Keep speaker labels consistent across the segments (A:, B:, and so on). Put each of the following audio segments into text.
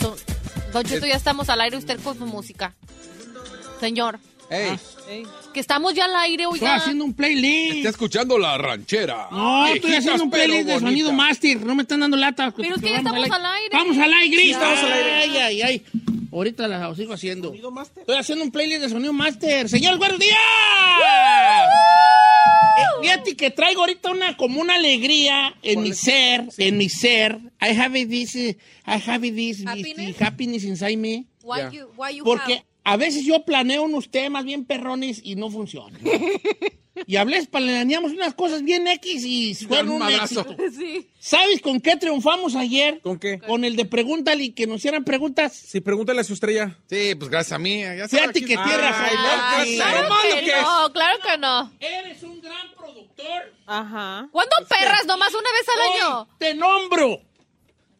A: Don, don Cheto, ya estamos al aire usted con su música. Señor,
B: Ah.
C: Ey,
A: que estamos ya al aire,
B: Estoy
A: oiga.
B: haciendo un playlist.
C: está escuchando la ranchera.
B: No, estoy
C: Viejitas,
B: haciendo un
C: pero
B: playlist de
C: bonitas.
B: sonido master. No me están dando lata.
A: Pero es que ya estamos al aire.
B: Vamos al aire, Gris.
C: estamos al aire.
B: Ay, ay, ay. Ahorita la sigo haciendo. Estoy haciendo un playlist de sonido master. Señor, buenos días. Eh, Fíjate que traigo ahorita una como una alegría en mi ser, en mi ser. I have this, eh, I have this,
A: Happiness?
B: this happiness inside me.
A: Why
C: Ya.
A: you- why you
B: Porque
A: have-
B: a veces yo planeo unos temas bien perrones y no funciona. y a veces planeamos unas cosas bien X y fueron
C: un
B: un
C: madrazo.
B: éxito.
A: Sí.
B: ¿Sabes con qué triunfamos ayer?
D: ¿Con qué?
B: Con el de pregúntale y que nos hicieran preguntas.
D: Si pregúntale a su estrella.
C: Sí, pues gracias a mí. ya sabe
B: Fíjate
C: quién-
B: que
C: Ay,
B: tienes razón.
C: no, pues,
B: Sí.
C: gracias a
A: Claro
C: Dios.
D: malo
A: que
D: que es.
A: no, claro que no.
B: Eres un gran productor. Ah,
A: ¿Cuándo perras? Nomás una vez al
B: Hoy
A: año.
B: te nombro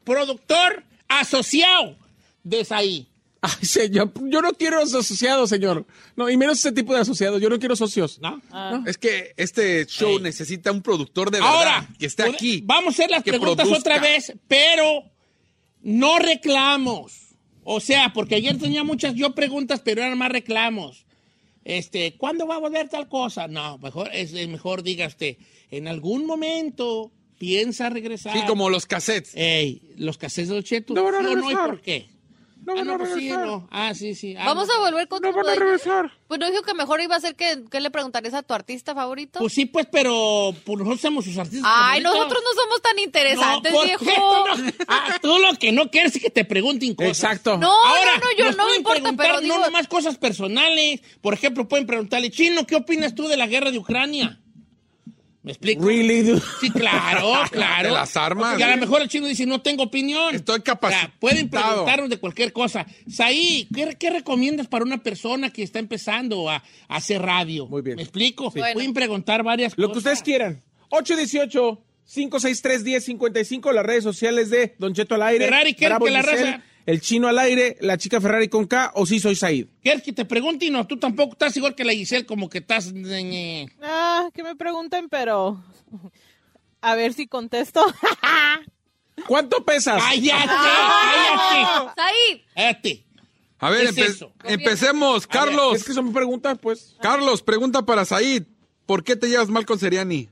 B: productor asociado de ahí.
D: Ay, señor, yo no quiero asociados, señor. No, y menos ese tipo de asociados. Yo no quiero socios.
B: ¿No?
C: Es que este show
B: Ey.
C: necesita un productor de verdad
B: Ahora,
C: que esté
B: pode-
C: aquí.
B: Vamos a hacer las
C: que
B: preguntas
C: produzca.
B: otra vez, pero no reclamos. O sea, porque ayer tenía muchas yo preguntas, pero eran más reclamos. Este, ¿cuándo va a volver tal cosa? No, mejor es es mejor diga usted, en algún momento piensa regresar.
C: Sí, como los cassettes.
B: Ey, los cassettes de los chetos.
D: No van a
B: Sí o no, ¿y
D: regresar.
B: por qué?
D: No
B: ah,
D: van
B: no,
D: a
B: pues sí,
D: regresar.
B: no. Ah, sí, sí. Ah,
A: Vamos
B: no.
A: a volver con
D: No
A: tu-
D: van a regresar.
A: Pues no dijo que mejor iba a ser que, que le preguntarías a tu artista favorito.
B: Pues sí, pues, pero pues, nosotros somos sus artistas.
A: Ay,
B: favoritos.
A: nosotros no somos tan interesantes,
B: No, ¿por
A: viejo.
B: qué tú no? Ah, tú lo que no quieres es que te pregunten cosas.
D: Exacto.
A: No,
B: Ahora,
A: no, no, yo
B: nos
A: no me
B: pueden
A: importa,
B: preguntar
A: pero digo.
B: no nomás cosas personales. Por ejemplo, pueden preguntarle, Chino, ¿qué opinas tú de la guerra de Ucrania? ¿Me explico?
D: Really, dude.
B: Sí, claro, claro.
C: De las armas.
B: Y a lo mejor el chino dice, no tengo opinión.
C: Estoy capacitado.
B: O sea, pueden preguntarnos de cualquier cosa. Saí, ¿qué, qué recomiendas para una persona que está empezando a, a hacer radio?
D: Muy bien.
B: ¿Me explico?
A: Bueno.
B: Pueden preguntar varias
D: Lo
B: cosas.
D: que ustedes quieran. 818 563 1055 las redes sociales de Don Cheto al aire.
B: Ferrari, ¿qué?
D: Bravo
B: Que la
D: Giselle,
B: raza-
D: El chino al aire, la chica Ferrari con K o sí soy Said.
B: ¿Quieres que te pregunte? Y no, tú tampoco estás igual que la Giselle, como que estás... ñe, ñe.
E: Ah, que me pregunten, pero a ver si contesto.
D: ¿Cuánto pesas?
B: ¡Cállate!
D: Ah.
B: ¡Cállate!
A: Said,
B: ¡Cállate!
C: A ver,
B: ¿Qué es
C: empe-
B: eso?
C: empecemos. Carlos,
D: Es que son preguntas, pues.
C: Carlos, pregunta para Said. ¿Por qué te llevas mal con Seriani?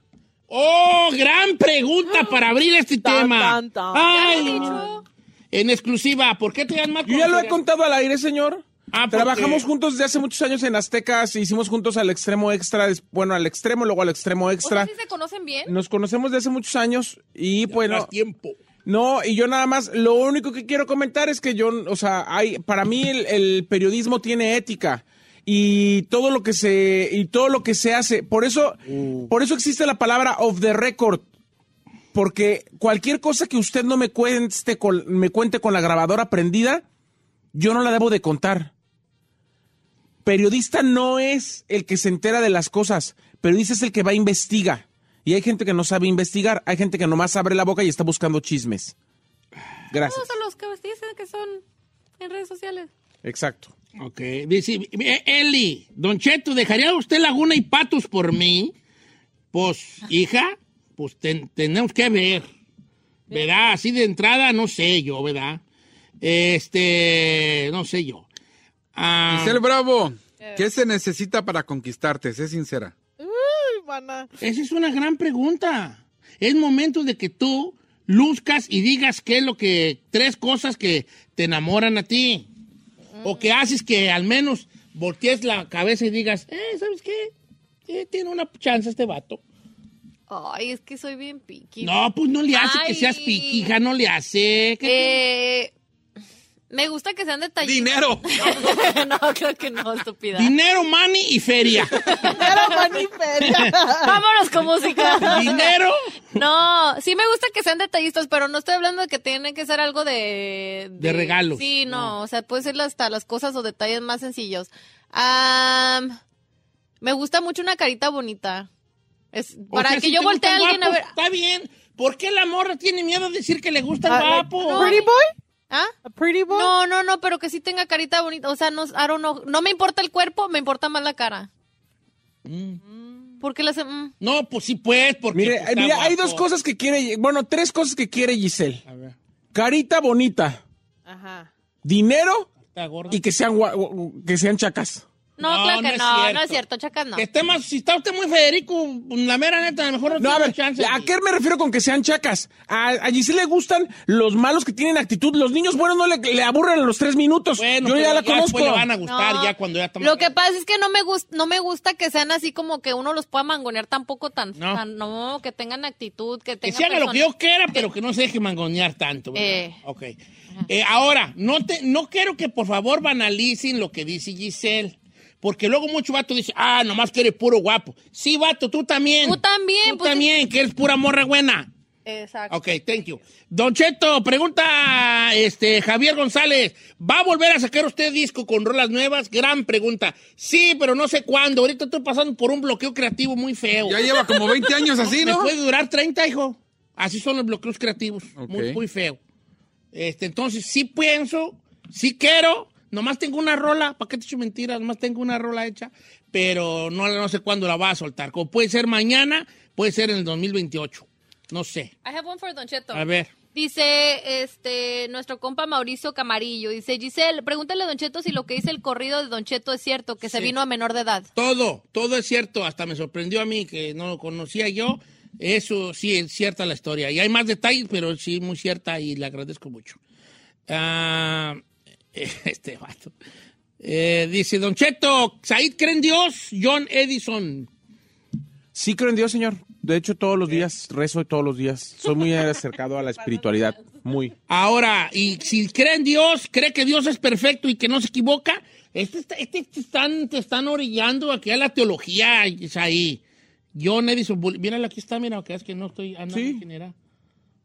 B: ¡Oh, gran pregunta
D: Ah.
B: para abrir este
E: Tan,
B: tema!
E: tan, tan.
B: ¡Ay!
A: ¿qué dicho?
B: En exclusiva, ¿por qué te dan más
D: Yo ya lo he
B: confianza?
D: contado al aire, señor.
B: Ah, ¿por
D: Trabajamos
B: qué?
D: juntos desde hace muchos años en Aztecas, hicimos juntos al extremo extra, des- bueno, al extremo, luego al extremo
A: O sea,
D: extra.
A: ¿sí se conocen bien?
D: Nos conocemos desde hace muchos años y
B: Más
D: bueno,
B: tiempo.
D: no, y yo nada más, lo único que quiero comentar es que yo, o sea, hay, para mí el, el periodismo tiene ética y todo lo que se, y todo lo que se hace, por eso,
B: Uh.
D: por eso existe la palabra of the record. Porque cualquier cosa que usted no me cuente con, me cuente con la grabadora prendida, yo no la debo de contar. Periodista no es el que se entera de las cosas, periodista es el que va a investiga. Y hay gente que no sabe investigar, hay gente que nomás abre la boca y está buscando chismes. Gracias.
A: Todos a los que dicen que son en redes sociales.
D: Exacto.
B: Ok, dice, eh, Eli, Don Cheto, ¿dejaría usted Laguna y Patos por mí? Pues, hija, pues ten- tenemos que ver, ¿verdad? Así de entrada, no sé yo, ¿verdad? Este, no sé yo. Ah,
C: Giselle Bravo, ¿qué se necesita para conquistarte? Sé sincera.
E: Uy, mana.
B: esa es una gran pregunta. Es momento de que tú luzcas y digas qué es lo que, tres cosas que te enamoran a ti. O
A: Mm.
B: que haces que al menos voltees la cabeza y digas, eh, ¿sabes qué? Sí, tiene una chance este vato.
A: Ay, es que soy bien piqui.
B: No, pues no le hace que
A: Ay.
B: seas piquija, no le hace. que
A: Eh, me gusta que sean detallitos.
C: ¡Dinero!
A: no, creo que no, estúpida.
B: Dinero, money y feria.
E: Era maniferia.
A: Vámonos con música.
B: Dinero.
A: No, sí me gusta que sean detallistas, pero no estoy hablando de que tiene que ser algo de...
B: De regalos.
A: Sí, no, o sea, puede ser hasta las cosas o detalles más sencillos. Am, me gusta mucho una carita bonita. Es para
B: O sea,
A: que
B: si
A: yo
B: te
A: voltee a
B: gustan
A: alguien a
B: guapos,
A: ver...
B: Está bien. ¿Por qué la morra tiene miedo a decir que le gusta
E: Ah,
B: el guapo?
A: no.
E: ¿Pretty boy?
A: ¿Ah?
E: ¿A pretty boy?
A: No, no, no, pero que sí tenga carita bonita. O sea, no, I don't know. no me importa el cuerpo, me importa más la cara. Porque las... mm.
B: No, pues sí, pues, porque.
D: Mire,
B: pues, está
D: mira, hay
B: guapo.
D: dos cosas que quiere, bueno, tres cosas que quiere Giselle.
B: A ver,
D: Carita bonita,
E: Ajá.
D: dinero
B: está gordo.
D: y que sean, gua- gua- que sean chacas.
A: No,
B: No,
A: claro que
B: no es
A: no, no
B: cierto.
A: es cierto, chacas no.
B: Que esté más, si está usted muy Federico, pues, la mera neta, a lo mejor no,
D: No, a
B: tiene
D: ver,
B: chance.
D: ¿a qué me refiero con que sean chacas? A, a Giselle le gustan los malos que tienen actitud. Los niños buenos no le, le aburren a los tres minutos.
B: Bueno,
D: Yo
B: pero
D: ya la
B: después
D: conozco.
B: le van a gustar
A: No.
B: ya cuando ya está más
A: Lo que
B: grande.
A: pasa es que no me gusta, no me gusta que sean así como que uno los pueda mangonear tampoco tan,
B: No.
A: tan- no, que tengan actitud, que
B: Que
A: tengan
B: se haga lo
A: persona-
B: que yo quiera, pero que no se deje mangonear tanto. ¿verdad?
A: Eh.
B: Ok. Eh, ahora, no, te, no quiero que por favor banalicen lo que dice Giselle. Porque luego mucho vato dice, ah, nomás que eres puro guapo. Sí, vato, tú también.
A: Tú también,
B: Tú
A: pues,
B: también, que eres pura morra buena.
A: Exacto.
B: Ok, thank you. Don Cheto, pregunta este, Javier González, ¿va a volver a sacar usted disco con rolas nuevas? Gran pregunta. Sí, pero no sé cuándo. Ahorita estoy pasando por un bloqueo creativo muy feo.
C: Ya lleva como 20 años así,
B: Me
C: ¿no?
B: puede durar 30, hijo. Así son los bloqueos creativos.
C: Ok.
B: Muy, muy feo. Este, entonces, sí pienso, sí quiero. Nomás tengo una rola, ¿para qué te echo mentiras? Nomás tengo una rola hecha, pero no, no sé cuándo la va a soltar. Como puede ser mañana, puede ser en el 2028. No sé.
A: I have one for Don Cheto.
B: A ver.
A: Dice este nuestro compa Mauricio Camarillo, dice Giselle, pregúntale a Don Cheto si lo que dice el corrido de Don Cheto es cierto, que se vino a menor de edad.
B: Todo, todo es cierto. Hasta me sorprendió a mí que no lo conocía yo. Eso sí es cierta la historia. Y hay más detalles, pero sí muy cierta y le agradezco mucho. Ah, este vato. Eh, dice Don Cheto, Said cree en Dios, John Edison.
D: Sí creo en Dios, señor. De hecho, todos los días, rezo todos los días. Soy muy acercado a la espiritualidad. Muy.
B: Ahora, y si cree en Dios, cree que Dios es perfecto y que no se equivoca, este, está- este, te están, te están orillando aquí a la teología, ahí. John Edison, Bull- míralo, aquí está, mira, que es que no estoy andando
D: Sí.
B: quién era.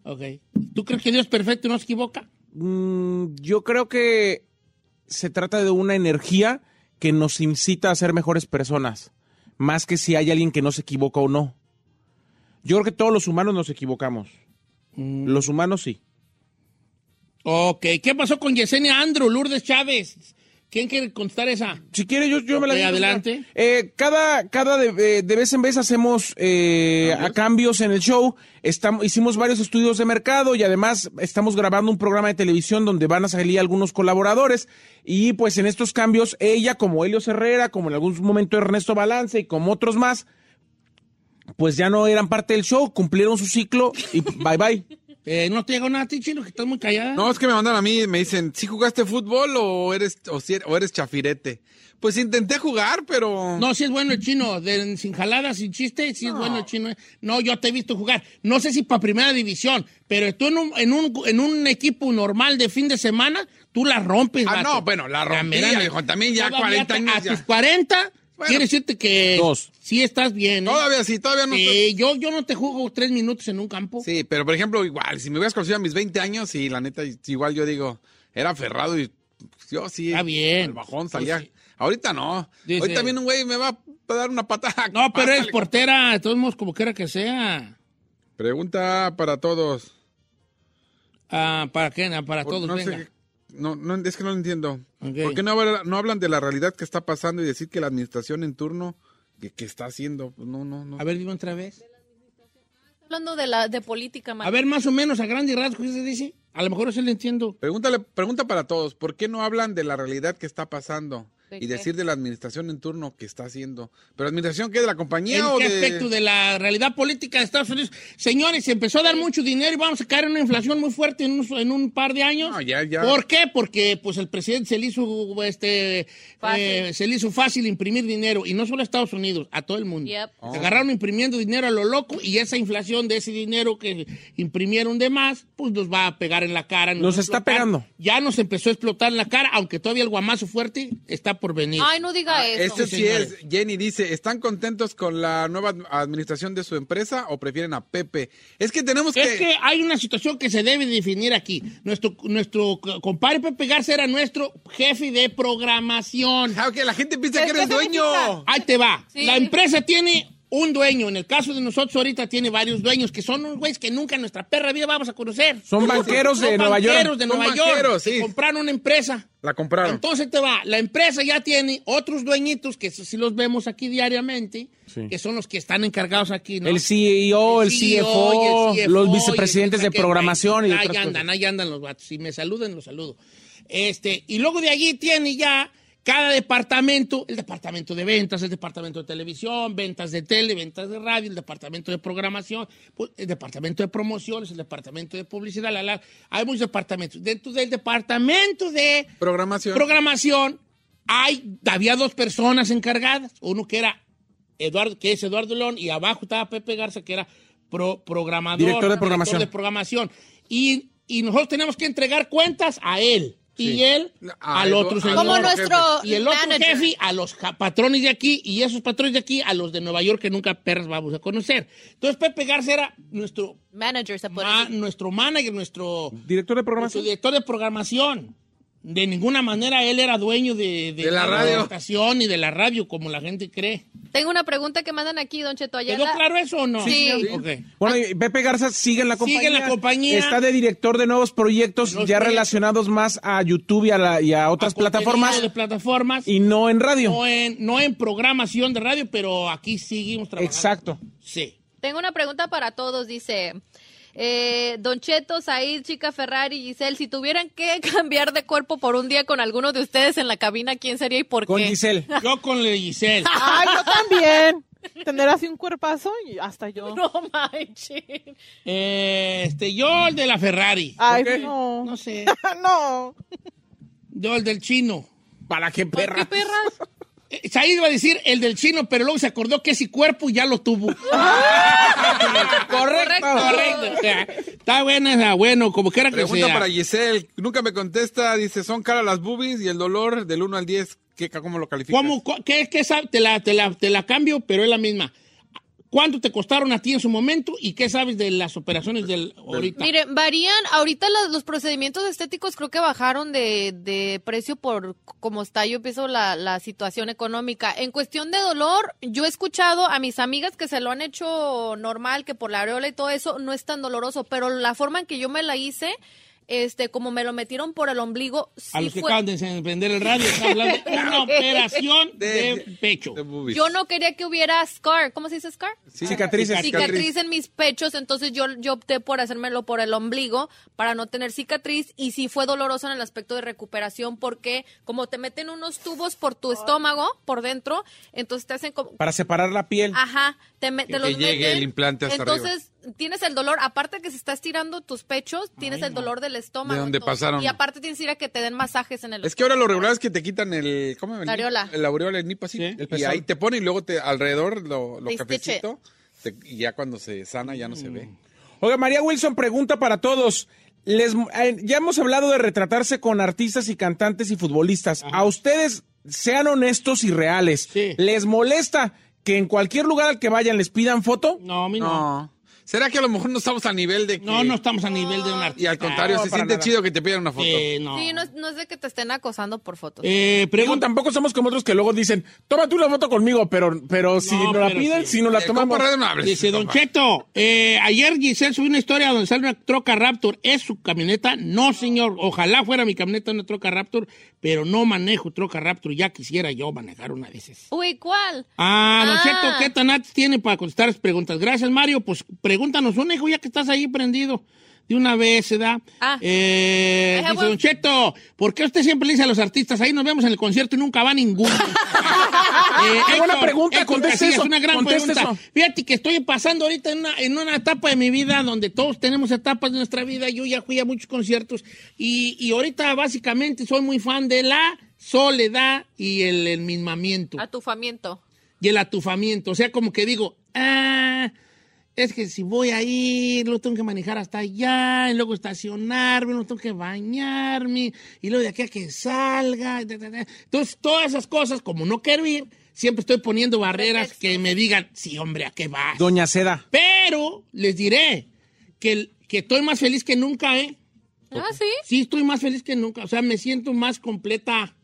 B: Ok. ¿Tú crees que Dios es perfecto y no se equivoca?
D: Mm, yo creo que se trata de una energía que nos incita a ser mejores personas, más que si hay alguien que no se equivoca o no. Yo creo que todos los humanos nos equivocamos.
B: Mm.
D: Los humanos sí.
B: Ok, ¿qué pasó con Yesenia Andro, Lourdes Chávez? ¿Quién quiere contestar esa?
D: Si quiere, yo, yo me la
B: Ok,
D: digo.
B: adelante.
D: Eh, cada cada de, eh, de vez en vez hacemos eh, a cambios en el show. Estamos, hicimos varios estudios de mercado y además estamos grabando un programa de televisión donde van a salir algunos colaboradores. Y pues en estos cambios, ella, como Helios Herrera, como en algún momento Ernesto Balance y como otros más, pues ya no eran parte del show, cumplieron su ciclo y bye bye.
B: Eh, ¿No te llegó nada a ti, Chino, que estás muy callada?
C: No, es que me mandan a mí y me dicen, ¿si jugaste fútbol o eres, o, si- er, o eres chafirete? Pues intenté jugar, pero...
B: No, sí es bueno el chino, de- sin jaladas, sin chiste, sí es bueno el chino. ¿eh? No, yo te he visto jugar. No sé si para primera división, pero tú en un, en un, en un equipo normal de fin de semana, tú la rompes.
C: Ah,
B: vato.
C: no, bueno, la rompía,
B: mera-
C: viejo, también ya
B: Todavía
C: 40 años
B: A
C: ya.
B: tus 40,
C: Bueno.
B: quiere decirte que
D: Dos.
B: sí estás bien. ¿eh?
C: Todavía sí, todavía no. estoy-
B: Sí, yo, yo no te juego tres minutos en un campo.
C: Sí, pero por ejemplo, igual, si me hubieras conocido a mis 20 años y la neta, igual yo digo, era aferrado y yo sí.
B: Está bien.
C: El bajón salía.
B: Pues sí.
C: Ahorita no.
B: Dice-
C: Ahorita viene un güey y me va a dar una patada.
B: No, pero
C: Pásale.
B: es portera, de todos modos, como quiera que sea.
C: Pregunta para todos.
B: Ah, ¿Para qué? Ah, Para
C: Por-
B: todos,
C: no sé
B: venga.
C: qué- no, no, es que no lo entiendo.
B: Ok.
C: ¿Por qué no, habla- no hablan de la realidad que está pasando y decir que la administración en turno que, que está haciendo? Pues no, no, no.
B: A ver, dime otra vez.
A: Hablando de la de política, man.
B: A ver, más o menos, a grandes rasgos, ¿qué se dice? A lo mejor eso le entiendo.
C: Pregúntale, pregunta para todos, ¿por qué no hablan de la realidad que está pasando?
A: ¿De qué?
C: y decir de la administración en turno que está haciendo. ¿Pero administración qué? ¿De la compañía
B: ¿En
C: o
B: qué
C: de...?
B: aspecto de la realidad política de Estados Unidos? Señores, se empezó a dar mucho dinero y vamos a caer en una inflación muy fuerte en un, en un par de años.
C: No, ya, ya.
B: ¿Por qué? Porque pues el presidente se le hizo este
A: Fácil.
B: eh, se le hizo fácil imprimir dinero y no solo a Estados Unidos, a todo el mundo.
A: Yep.
C: Oh.
B: Se agarraron imprimiendo dinero a lo loco y esa inflación de ese dinero que imprimieron de más, pues nos va a pegar en la cara.
D: Nos
B: va a
D: está
B: explotar.
D: pegando.
B: Ya nos empezó a explotar en la cara, aunque todavía el guamazo fuerte está por venir.
A: Ay, no diga eso.
C: Este
B: Sí,
C: sí es.
B: señores.
C: Jenny dice, ¿están contentos con la nueva ad- administración de su empresa o prefieren a Pepe? Es que tenemos
B: Es que hay una situación que se debe definir aquí. Nuestro, nuestro compadre Pepe Garza era nuestro jefe de programación.
C: Ah, que la gente piensa
E: Es
C: que
E: que
C: eres
E: se
C: dueño.
E: mexicano.
B: Ahí te va.
A: Sí.
B: La empresa tiene un dueño. En el caso de nosotros ahorita tiene varios dueños que son unos güeyes que nunca en nuestra perra vida vamos a conocer.
D: Son banqueros de
B: Son
D: Nueva
B: banqueros
D: York.
B: de
C: Son
B: Nueva York.
C: banqueros,
B: que
C: sí.
B: Compraron una empresa.
C: La compraron.
B: Entonces te va, la empresa ya tiene otros dueñitos que si los vemos aquí diariamente,
D: Sí.
B: que son los que están encargados aquí, ¿no?
D: El CEO, E el,
B: CEO,
D: CFO,
B: E y el CFO,
D: los
B: y
D: vicepresidentes
B: el-
D: de programación y
B: Ahí
D: otras
B: andan,
D: cosas.
B: ahí andan los vatos. Si me saluden, los saludo. Este, y luego de allí tiene ya cada departamento, el departamento de ventas, el departamento de televisión, ventas de tele, ventas de radio, el departamento de programación, pu- el departamento de promociones, el departamento de publicidad, la, la. hay muchos departamentos. Dentro del departamento de
C: Programación.
B: programación hay, había dos personas encargadas. Uno que era Eduardo, que es Eduardo León, y abajo estaba Pepe Garza, que era pro- programador.
D: Director de programación.
B: de programación. Y, y nosotros tenemos que entregar cuentas a él. Y él
C: A
B: al
C: Edu-
B: otro
C: a
B: señor.
C: Como
E: nuestro
B: Y el otro
E: manager.
B: jefe a los ja- patrones de aquí y esos patrones de aquí a los de Nueva York que nunca perras vamos a conocer. Entonces Pepe Garza era nuestro,
A: Manager se puede
B: ma-
A: decir.
B: nuestro manager, nuestro
D: Director de
B: su
D: programación.
B: director de programación. De ninguna manera él era dueño de,
C: De la radio.
B: estación y de la radio, como la gente cree.
A: Tengo una pregunta que mandan aquí, Don Cheto. Ayer
B: ¿Quedó
A: la-
B: claro eso o no?
A: Sí. Sí.
B: Ok.
D: Bueno, y Pepe Garza sigue en la
B: ah, Sigue
D: compañía.
B: en la compañía.
D: Está de director de nuevos proyectos
B: Los
D: ya
B: proyectos.
D: relacionados más a YouTube y a, la- y a otras
B: A
D: plataformas
B: contenido De plataformas.
D: y no en radio.
B: no, en, no en programación de radio, pero aquí seguimos trabajando.
D: Exacto.
B: Sí.
A: Tengo una pregunta para todos, dice. eh, Don Cheto, Said, Chica Ferrari, Giselle, si tuvieran que cambiar de cuerpo por un día con alguno de ustedes en la cabina, ¿quién sería y por
D: Con
A: qué?
D: Giselle.
B: Yo con la Giselle.
E: Ay, yo también. Tener así un cuerpazo y hasta yo.
A: No manches.
B: Eh, este, yo el de la Ferrari.
E: Ay,
D: Ok.
E: no. Ah,
B: No sé.
E: No.
B: Yo el del chino.
D: ¿Para qué perra?
B: Eh, Said iba a decir el del chino, pero luego se acordó que ese cuerpo ya lo tuvo.
A: Correcto.
B: Correcto. o sea, está buena, está bueno, como quiera que
C: Pregunta
B: sea.
C: para Giselle. Nunca me contesta. Dice, ¿son caras las boobies y el dolor del 1 al 10? ¿Qué, ¿Cómo lo calificas?
B: ¿Cómo, cu- qué, qué sab- te, la, te, la, te la cambio, pero es la misma. ¿Cuánto te costaron a ti en su momento y qué sabes de las operaciones del ahorita?
A: Miren, varían. Ahorita los, los procedimientos estéticos creo que bajaron de, de precio por como está, yo pienso, la, la situación económica. En cuestión de dolor, yo he escuchado a mis amigas que se lo han hecho normal, que por la areola y todo eso no es tan doloroso, pero la forma en que yo me la hice, este, como me lo metieron por el ombligo,
B: a
A: sí
B: los que
A: fue-
B: acaban de encender el radio, está hablando de una operación de,
C: De- de-
B: pecho.
C: De boobies.
A: Yo no quería que hubiera scar, ¿cómo se dice scar?
C: Sí.
D: Cicatrices.
A: cicatriz. en mis pechos, entonces yo, yo opté por hacérmelo por el ombligo para no tener cicatriz y sí fue doloroso en el aspecto de recuperación porque como te meten unos tubos por tu estómago, por dentro, entonces te hacen como...
D: Para separar la piel.
B: Ah.
A: Ajá, te, me- te
C: Que
A: los
C: llegue
A: meten,
C: el implante hasta
A: Entonces tienes el dolor, aparte que si estás tirando tus pechos, tienes el dolor del estómago.
C: De donde
A: entonces,
C: pasaron.
A: Y aparte tienes que ir a que te den masajes en el...
C: Es que ahora lo regular es que te quitan el... ¿Cómo? El,
A: La areola.
C: El aureola, el nipo así.
D: Sí. El
C: y
D: pezón.
C: ahí te pone y luego te alrededor lo, lo
A: Te
C: cafecito. te- y ya cuando se sana ya no se ve.
D: Oiga, María Wilson pregunta para todos. Les, eh, ya hemos hablado de retratarse con artistas y cantantes y futbolistas. A ustedes, sean honestos y reales.
B: Sí.
D: ¿Les molesta que en cualquier lugar al que vayan les pidan foto?
B: No, a mí no.
C: No. ¿Será que a lo mejor no estamos a nivel de que...
B: No, no, estamos a nivel de un artista.
C: Y al contrario,
D: No,
C: se
D: para
C: siente
D: nada.
C: chido que te pidan una foto.
B: Eh, no.
A: Sí, no, es- no es de que te estén acosando por fotos.
B: Eh,
D: Digo,
B: pregunta.
D: tampoco somos como otros que luego dicen, tómate una foto conmigo, pero, pero si
B: No,
D: nos la
B: pero
D: piden,
B: sí.
D: si nos la
C: Eh,
D: tomamos.
C: compa, radio no hables,
B: Dice Don
C: compa.
B: Cheto, eh, ayer Giselle subió una historia donde sale una troca Raptor. ¿Es su camioneta? No, señor. Ojalá fuera mi camioneta una troca Raptor, pero no manejo troca Raptor. Ya quisiera yo manejar una de esas.
A: Uy, ¿cuál?
B: Ah, Don
A: Ah.
B: Cheto, ¿qué tan antes tiene para contestar las preguntas? Gracias, Mario. Pues pregúntanos un hijo ya que estás ahí prendido. de una vez, ¿verdad?
A: Ah.
B: Eh,
A: Deja,
B: dice,
A: voy.
B: Don Cheto, ¿por qué usted siempre le dice a los artistas, ahí nos vemos en el concierto y nunca va ninguno? Eh,
D: Qué buena pregunta, conteste
B: Casillas,
D: eso,
B: una gran
D: conteste
B: pregunta.
D: eso.
B: Fíjate que estoy pasando ahorita en una, en una etapa de mi vida donde todos tenemos etapas de nuestra vida. Yo ya fui a muchos conciertos y, y ahorita básicamente soy muy fan de la soledad y el enmismamiento
A: Atufamiento.
B: y el atufamiento. O sea, como que digo, ah, es que si voy a ir, lo tengo que manejar hasta allá, y luego estacionarme, luego tengo que bañarme, y luego de aquí a que salga. y ta, ta, ta. Entonces, todas esas cosas, como no quiero ir, siempre estoy poniendo barreras
A: Pretextos.
B: que me digan, sí, hombre, ¿a qué vas?
D: Doña Seda.
B: Pero les diré que, el- que estoy más feliz que nunca, ¿eh?
A: Ah, sí.
B: Sí, estoy más feliz que nunca. O sea, me siento más completa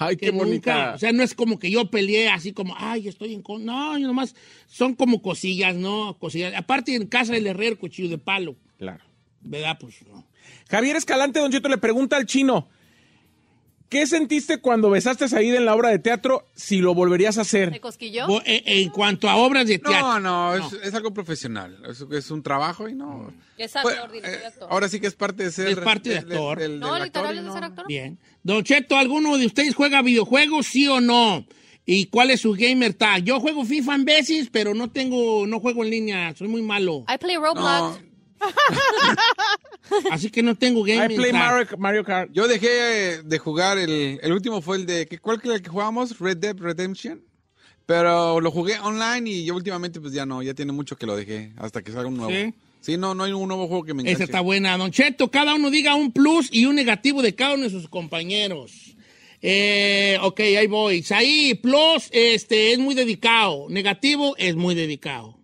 D: Ay,
B: que nunca. O sea, no es como que yo peleé así como, ay, estoy en contra. No, yo nomás son como cosillas, ¿no? Cosillas. Aparte, en casa del herrero, cuchillo de palo.
D: Claro.
B: ¿Verdad? Pues no.
D: Javier Escalante, Don Cheto, le pregunta al chino. ¿Qué sentiste cuando besaste a Said en la obra de teatro si lo volverías a
A: ¿Me
D: hacer?
A: cosquilló?
B: Bo- eh, eh, en cuanto a obras de
C: No,
B: teatro.
C: no, es, es algo profesional. Es, es un trabajo y no.
A: Es actor,
C: Pues,
B: eh,
A: director y actor.
C: Ahora sí que es parte de ser.
B: Mm. Es parte de actor.
A: No,
C: del actor
A: literal
C: y
A: es de
C: no-
A: ser actor.
B: Bien. Don Cheto, ¿alguno de ustedes juega videojuegos, sí o no? ¿Y cuál es su gamer tag? Yo juego FIFA en veces, pero no tengo, no juego en línea, soy muy malo.
A: I play
C: No,
A: Roblox.
B: Así que no tengo gamer
D: I play
B: tag.
D: Mario, Mario Kart.
C: yo dejé de jugar el, el último fue el de ¿qué- ¿cuál que era el que jugábamos? Red Dead Redemption. Pero lo jugué online y yo últimamente pues ya no, ya tiene mucho que lo dejé hasta que salga un nuevo.
B: ¿Sí?
C: Sí, no, no hay un nuevo juego que me
B: Esa
C: enganche.
B: está buena, Don Cheto. Cada uno diga un plus y un negativo de cada uno de sus compañeros. Eh, ok, ahí voy. Ahí, plus, este, es muy dedicado. Negativo, es muy dedicado.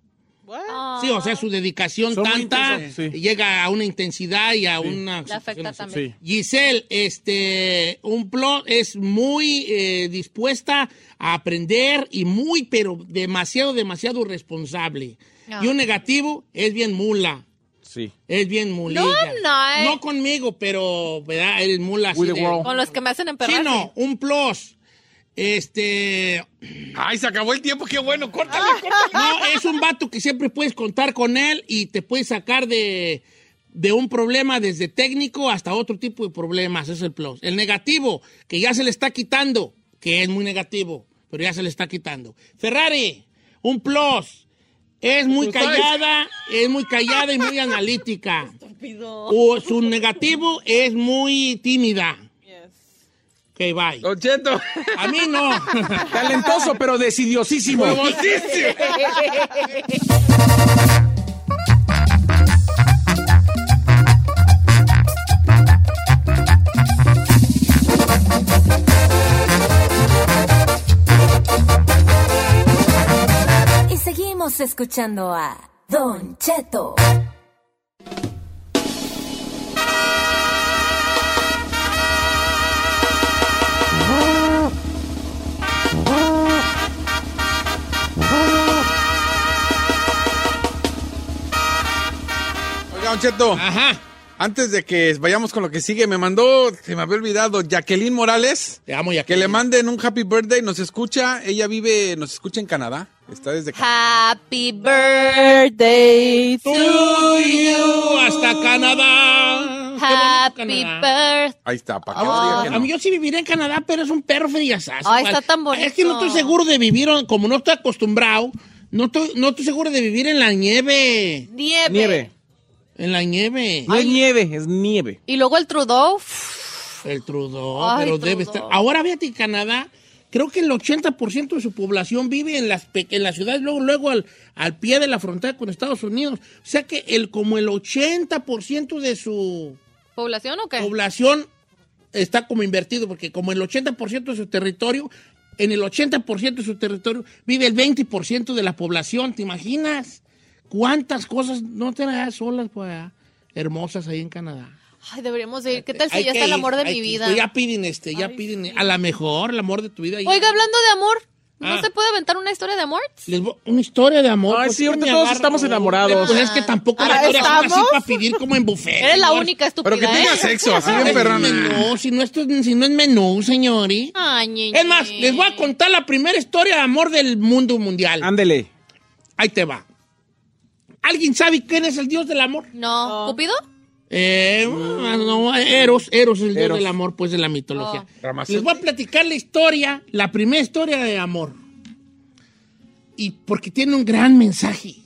E: What?
B: Sí, o sea, su dedicación
D: Son muy
B: tanta
D: intensos, sí.
B: llega a una intensidad y a una...
A: La afecta
B: situación
A: también.
D: Sí.
B: Giselle, este, un plot es muy eh, dispuesta a aprender y muy, pero demasiado, demasiado responsable.
A: Ah.
B: Y un negativo es bien mula.
D: Sí.
B: Es bien mulilla.
A: No, eh. no.
B: No conmigo, pero, ¿verdad? Eres mula. así
D: With the
B: de-
D: world.
A: Con los que me hacen emperrar.
B: Chino, un plus. Este.
C: Ay, se acabó el tiempo, qué bueno, córtale, córtale.
B: No, es un vato que siempre puedes contar con él y te puedes sacar de, de un problema desde técnico hasta otro tipo de problemas. Es el plus. El negativo, que ya se le está quitando, que es muy negativo, pero ya se le está quitando. Ferrari, un plus. Es muy
C: Pues,
B: callada, es muy callada y muy analítica. O su negativo es muy tímida.
E: Yes.
B: Ok, bye.
C: Don Cheto.
B: A mí no.
D: Talentoso, pero decidiosísimo.
C: Famosísimo.
F: Y seguimos escuchando a Don Cheto.
C: Oiga, Don Cheto.
B: Ajá.
C: Antes de que vayamos con lo que sigue, me mandó, se me había olvidado, Jacqueline Morales.
B: Te amo, Jacqueline.
C: Que le manden un happy birthday, nos escucha, ella vive, nos escucha en Canadá, está desde Canadá.
A: Happy birthday.
E: Birthday
B: To you, hasta Canadá. Qué bonito
A: Happy
B: Canadá.
A: birthday.
C: Ahí está, para
B: Ah,
C: que no diga
B: A mí
C: que no.
B: yo sí viviría en Canadá, pero es un perro friazazo.
A: Ay, está tan bonito.
B: Es que no estoy seguro de vivir, como no estoy acostumbrado, no estoy, no estoy seguro de vivir en la nieve.
A: Nieve.
D: Nieve.
B: En la nieve.
D: No es nieve, es nieve.
A: Y luego el Trudeau.
B: El Trudeau,
A: Ay,
B: pero
A: Trudeau.
B: debe estar. Ahora fíjate, Canadá, creo que el 80% de su población vive en las, pe- en las ciudades, luego, luego al, al pie de la frontera con Estados Unidos. O sea que el, como el 80% de su
A: ¿Población o qué?
B: población está como invertido, porque como el 80% de su territorio, en el 80% de su territorio vive el 20% de la población, ¿te imaginas? ¿Cuántas cosas no te das solas, pues, ah, hermosas ahí en Canadá?
A: Ay, deberíamos de ir. ¿Qué tal si
B: Hay
A: ya
B: que
A: está el
B: ir,
A: amor de
B: hay
A: mi
B: que ir.
A: vida?
B: Pero Ya piden este, ya piden, a la mejor, el amor de tu vida. ya.
A: Oiga, hablando de amor, ¿no
B: Ah.
A: se puede aventar una historia de amor?
B: Les vo- una historia de amor.
D: Ay,
B: pues,
D: sí,
B: que
D: ahorita
B: me
D: todos
B: agarra-
D: estamos enamorados.
B: Pues es que tampoco la
E: Ah,
B: historia es así
E: ¿estamos?
B: para pedir como en buffet.
A: Eres la
B: señor.
A: única estúpida,
C: Pero que tenga
A: ¿eh?
C: sexo, así
B: Ah,
C: bien
B: es
C: perrona.
B: menú, si no, esto es- si no es menú, señores.
A: Ay, ñe,
B: Es más,
A: ñe.
B: les voy a contar la primera historia de amor del mundo mundial.
D: Ándele.
B: Ahí te va. ¿Alguien sabe quién es el dios del amor?
A: No.
E: No.
A: ¿Cupido?
B: Eh, ah, no, Eros, Eros es el dios
D: Eros.
B: del amor, pues, de la mitología.
A: Oh.
B: Les voy a platicar la historia, la primera historia de amor. Y porque tiene un gran mensaje,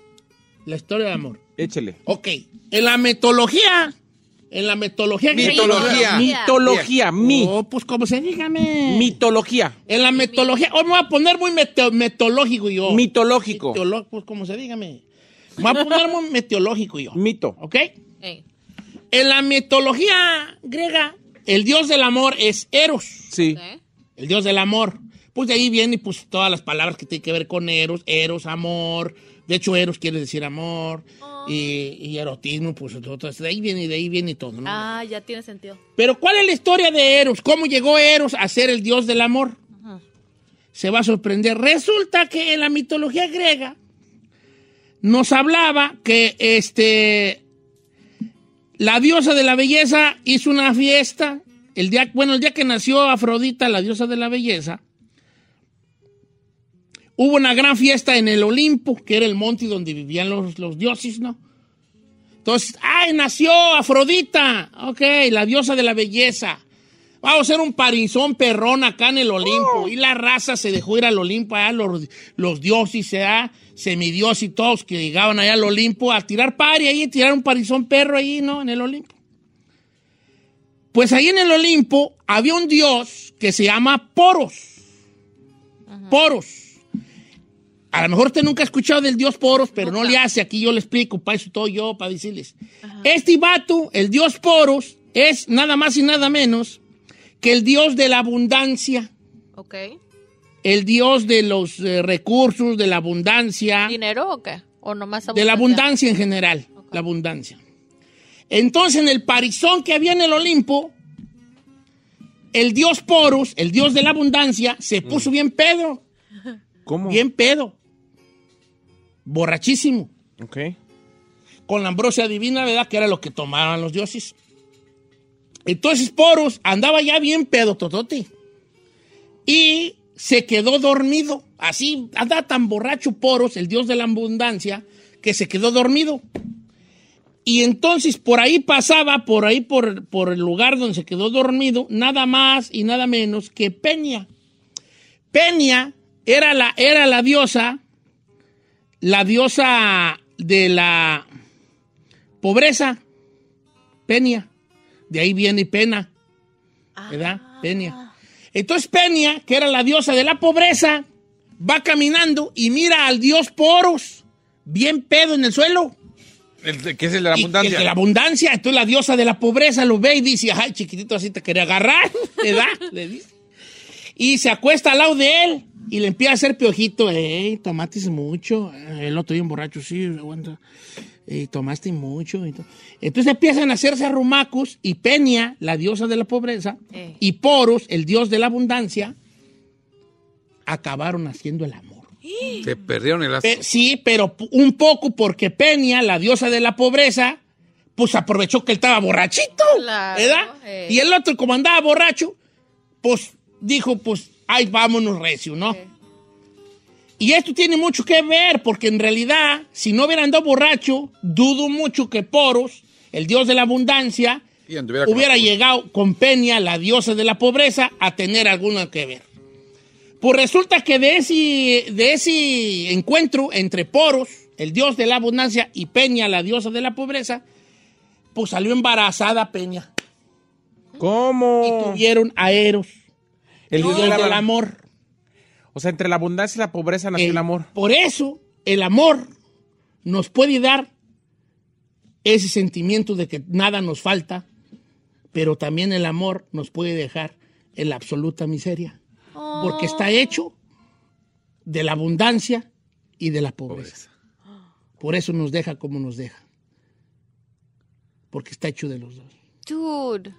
B: la historia de amor.
D: Échele.
B: Ok, en la mitología, en la mitología griega-
C: Mitología.
D: Mitología, mi.
B: Oh, pues como se dígame.
D: Mitología.
B: En la mitología, hoy me voy a poner muy meto- metológico yo.
D: Mitológico.
B: Meteolo- pues como se dígame. Me voy a poner muy meteológico yo.
D: Mito.
B: ¿Ok? En la mitología griega, el dios del amor es Eros,
D: Sí.
B: el dios del amor. Pues de ahí viene pues, todas las palabras que tienen que ver con Eros, Eros, amor. De hecho, Eros quiere decir amor. Y, y erotismo, pues entonces, de ahí viene, de ahí viene todo, ¿no?
A: Ah, ya tiene sentido.
B: Pero ¿cuál es la historia de Eros? ¿Cómo llegó Eros a ser el dios del amor? Se va a sorprender. Resulta que en la mitología griega nos hablaba que este la diosa de la belleza hizo una fiesta el día, bueno, el día que nació Afrodita, la diosa de la belleza. Hubo una gran fiesta en el Olimpo, que era el monte donde vivían los, los dioses, ¿no? Entonces, ¡ay, nació Afrodita! Ok, la diosa de la belleza. Vamos a hacer un parizón perrón acá en el Olimpo. Y la raza se dejó ir al Olimpo, allá los, los dioses, ¿verdad? semidios y todos que llegaban allá al Olimpo a tirar pari ahí, tirar un parizón perro ahí, ¿no? En el Olimpo. Pues ahí en el Olimpo había un dios que se llama Poros. Poros. A lo mejor usted nunca ha escuchado del dios Poros, pero no le hace. Aquí yo le explico, para eso todo yo, para decirles. Este vato, el dios Poros, es nada más y nada menos que el dios de la abundancia,
A: Ok.
B: el dios de los eh, recursos, de la abundancia,
A: ¿Dinero o qué? ¿O nomás
B: Ah. de la abundancia en general, la abundancia. Entonces, en el parizón que había en el Olimpo, el dios Poros, el dios de la abundancia, se puso bien pedo,
D: ¿Cómo?
B: bien pedo, borrachísimo.
D: Ok.
B: con la ambrosia divina, ¿verdad? Que era lo que tomaban los dioses. Entonces Poros andaba ya bien pedo, Totote. Y se quedó dormido. Así, andaba tan borracho Poros, el dios de la abundancia, que se quedó dormido. Y entonces por ahí pasaba, por ahí, por, por el lugar donde se quedó dormido, nada más y nada menos que Peña. Peña era la, era la diosa, la diosa de la pobreza, Peña. De ahí viene pena, ¿verdad? Peña. Entonces Peña, que era la diosa de la pobreza, va caminando y mira al dios Poros, bien pedo en el suelo.
C: El- ¿Qué es el de la
B: Y-
C: abundancia?
B: el de la abundancia. Entonces la diosa de la pobreza lo ve y dice, ay, chiquitito, así te quería agarrar. Le da, le dice. Y se acuesta al lado de él y le empieza a hacer piojito. Ey, tomaste mucho. Ah, El otro bien borracho, sí, aguanta. Y tomaste mucho. y to- Entonces empiezan a hacerse arrumacos y Peña, la diosa de la pobreza,
A: Ey.
B: y Poros, el dios de la abundancia, acabaron haciendo el amor.
C: Se perdieron el
B: Pe-
C: asunto.
B: sí, pero p- un poco porque Peña, la diosa de la pobreza, pues aprovechó que él estaba borrachito,
A: Claro,
B: ¿verdad?
A: eh.
B: Y el otro, como andaba borracho, pues dijo, pues, ay, vámonos recio, ¿no? Y esto tiene mucho que ver, porque en realidad, si no hubiera andado borracho, dudo mucho que Poros, el dios de la abundancia,
C: Y anduviera con
B: hubiera
C: la-
B: llegado con Peña, la diosa de la pobreza, a tener alguna que ver. Pues resulta que de ese, de ese encuentro entre Poros, el dios de la abundancia, y Peña, la diosa de la pobreza, pues salió embarazada Peña. Y
D: ¿Cómo?
B: tuvieron a Eros, el
D: dios
B: dios
D: de la-
B: del amor.
D: O sea, entre la abundancia y la pobreza nació
B: Eh,
D: el amor.
B: Por eso el amor nos puede dar ese sentimiento de que nada nos falta, pero también el amor nos puede dejar en la absoluta miseria, porque está hecho de la abundancia y de la pobreza. Por eso nos deja como nos deja, porque está hecho de los dos.
A: Dude.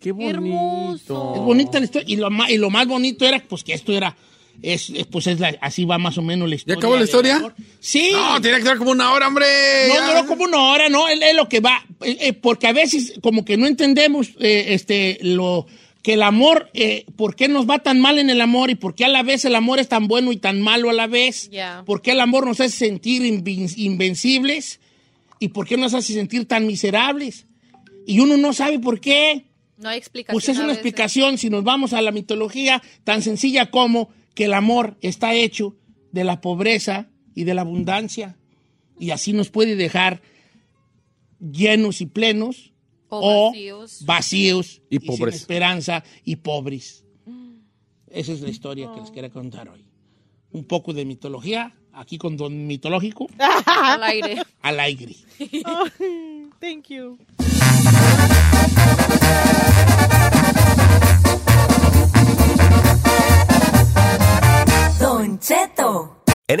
D: Qué
A: Qué hermoso.
D: Oh.
B: Es bonita la historia. Y lo, ma- y lo más bonito era pues que esto era. Es, es- pues es la- así va más o menos la historia.
C: acabó la
B: del
C: historia?
B: amor. Sí.
C: No, tiene que durar como una hora, hombre.
B: No
C: Ya.
B: duró como una hora, no, es, es lo que va. eh, eh, porque a veces como que no entendemos eh, este, lo que el amor, eh, por qué nos va tan mal en el amor y por qué a la vez el amor es tan bueno y tan malo a la vez.
A: Ya.
B: Por qué el amor nos hace sentir invin- invencibles ¿Y por qué nos hace sentir tan miserables? Y uno no sabe por qué.
A: No hay explicación.
B: Pues es
A: a
B: una
A: veces.
B: explicación, si nos vamos a la mitología, tan sencilla como que el amor está hecho de la pobreza y de la abundancia. Y así nos puede dejar llenos y plenos
A: O
B: o,
A: vacíos.
B: vacíos.
D: Y
B: sin
D: pobres.
B: esperanza y pobres. Esa es la historia que les quería contar hoy. Un poco de mitología, aquí con Don Mitológico,
A: Al aire.
B: al aire.
E: Thank you.
F: Don Cheto.
G: En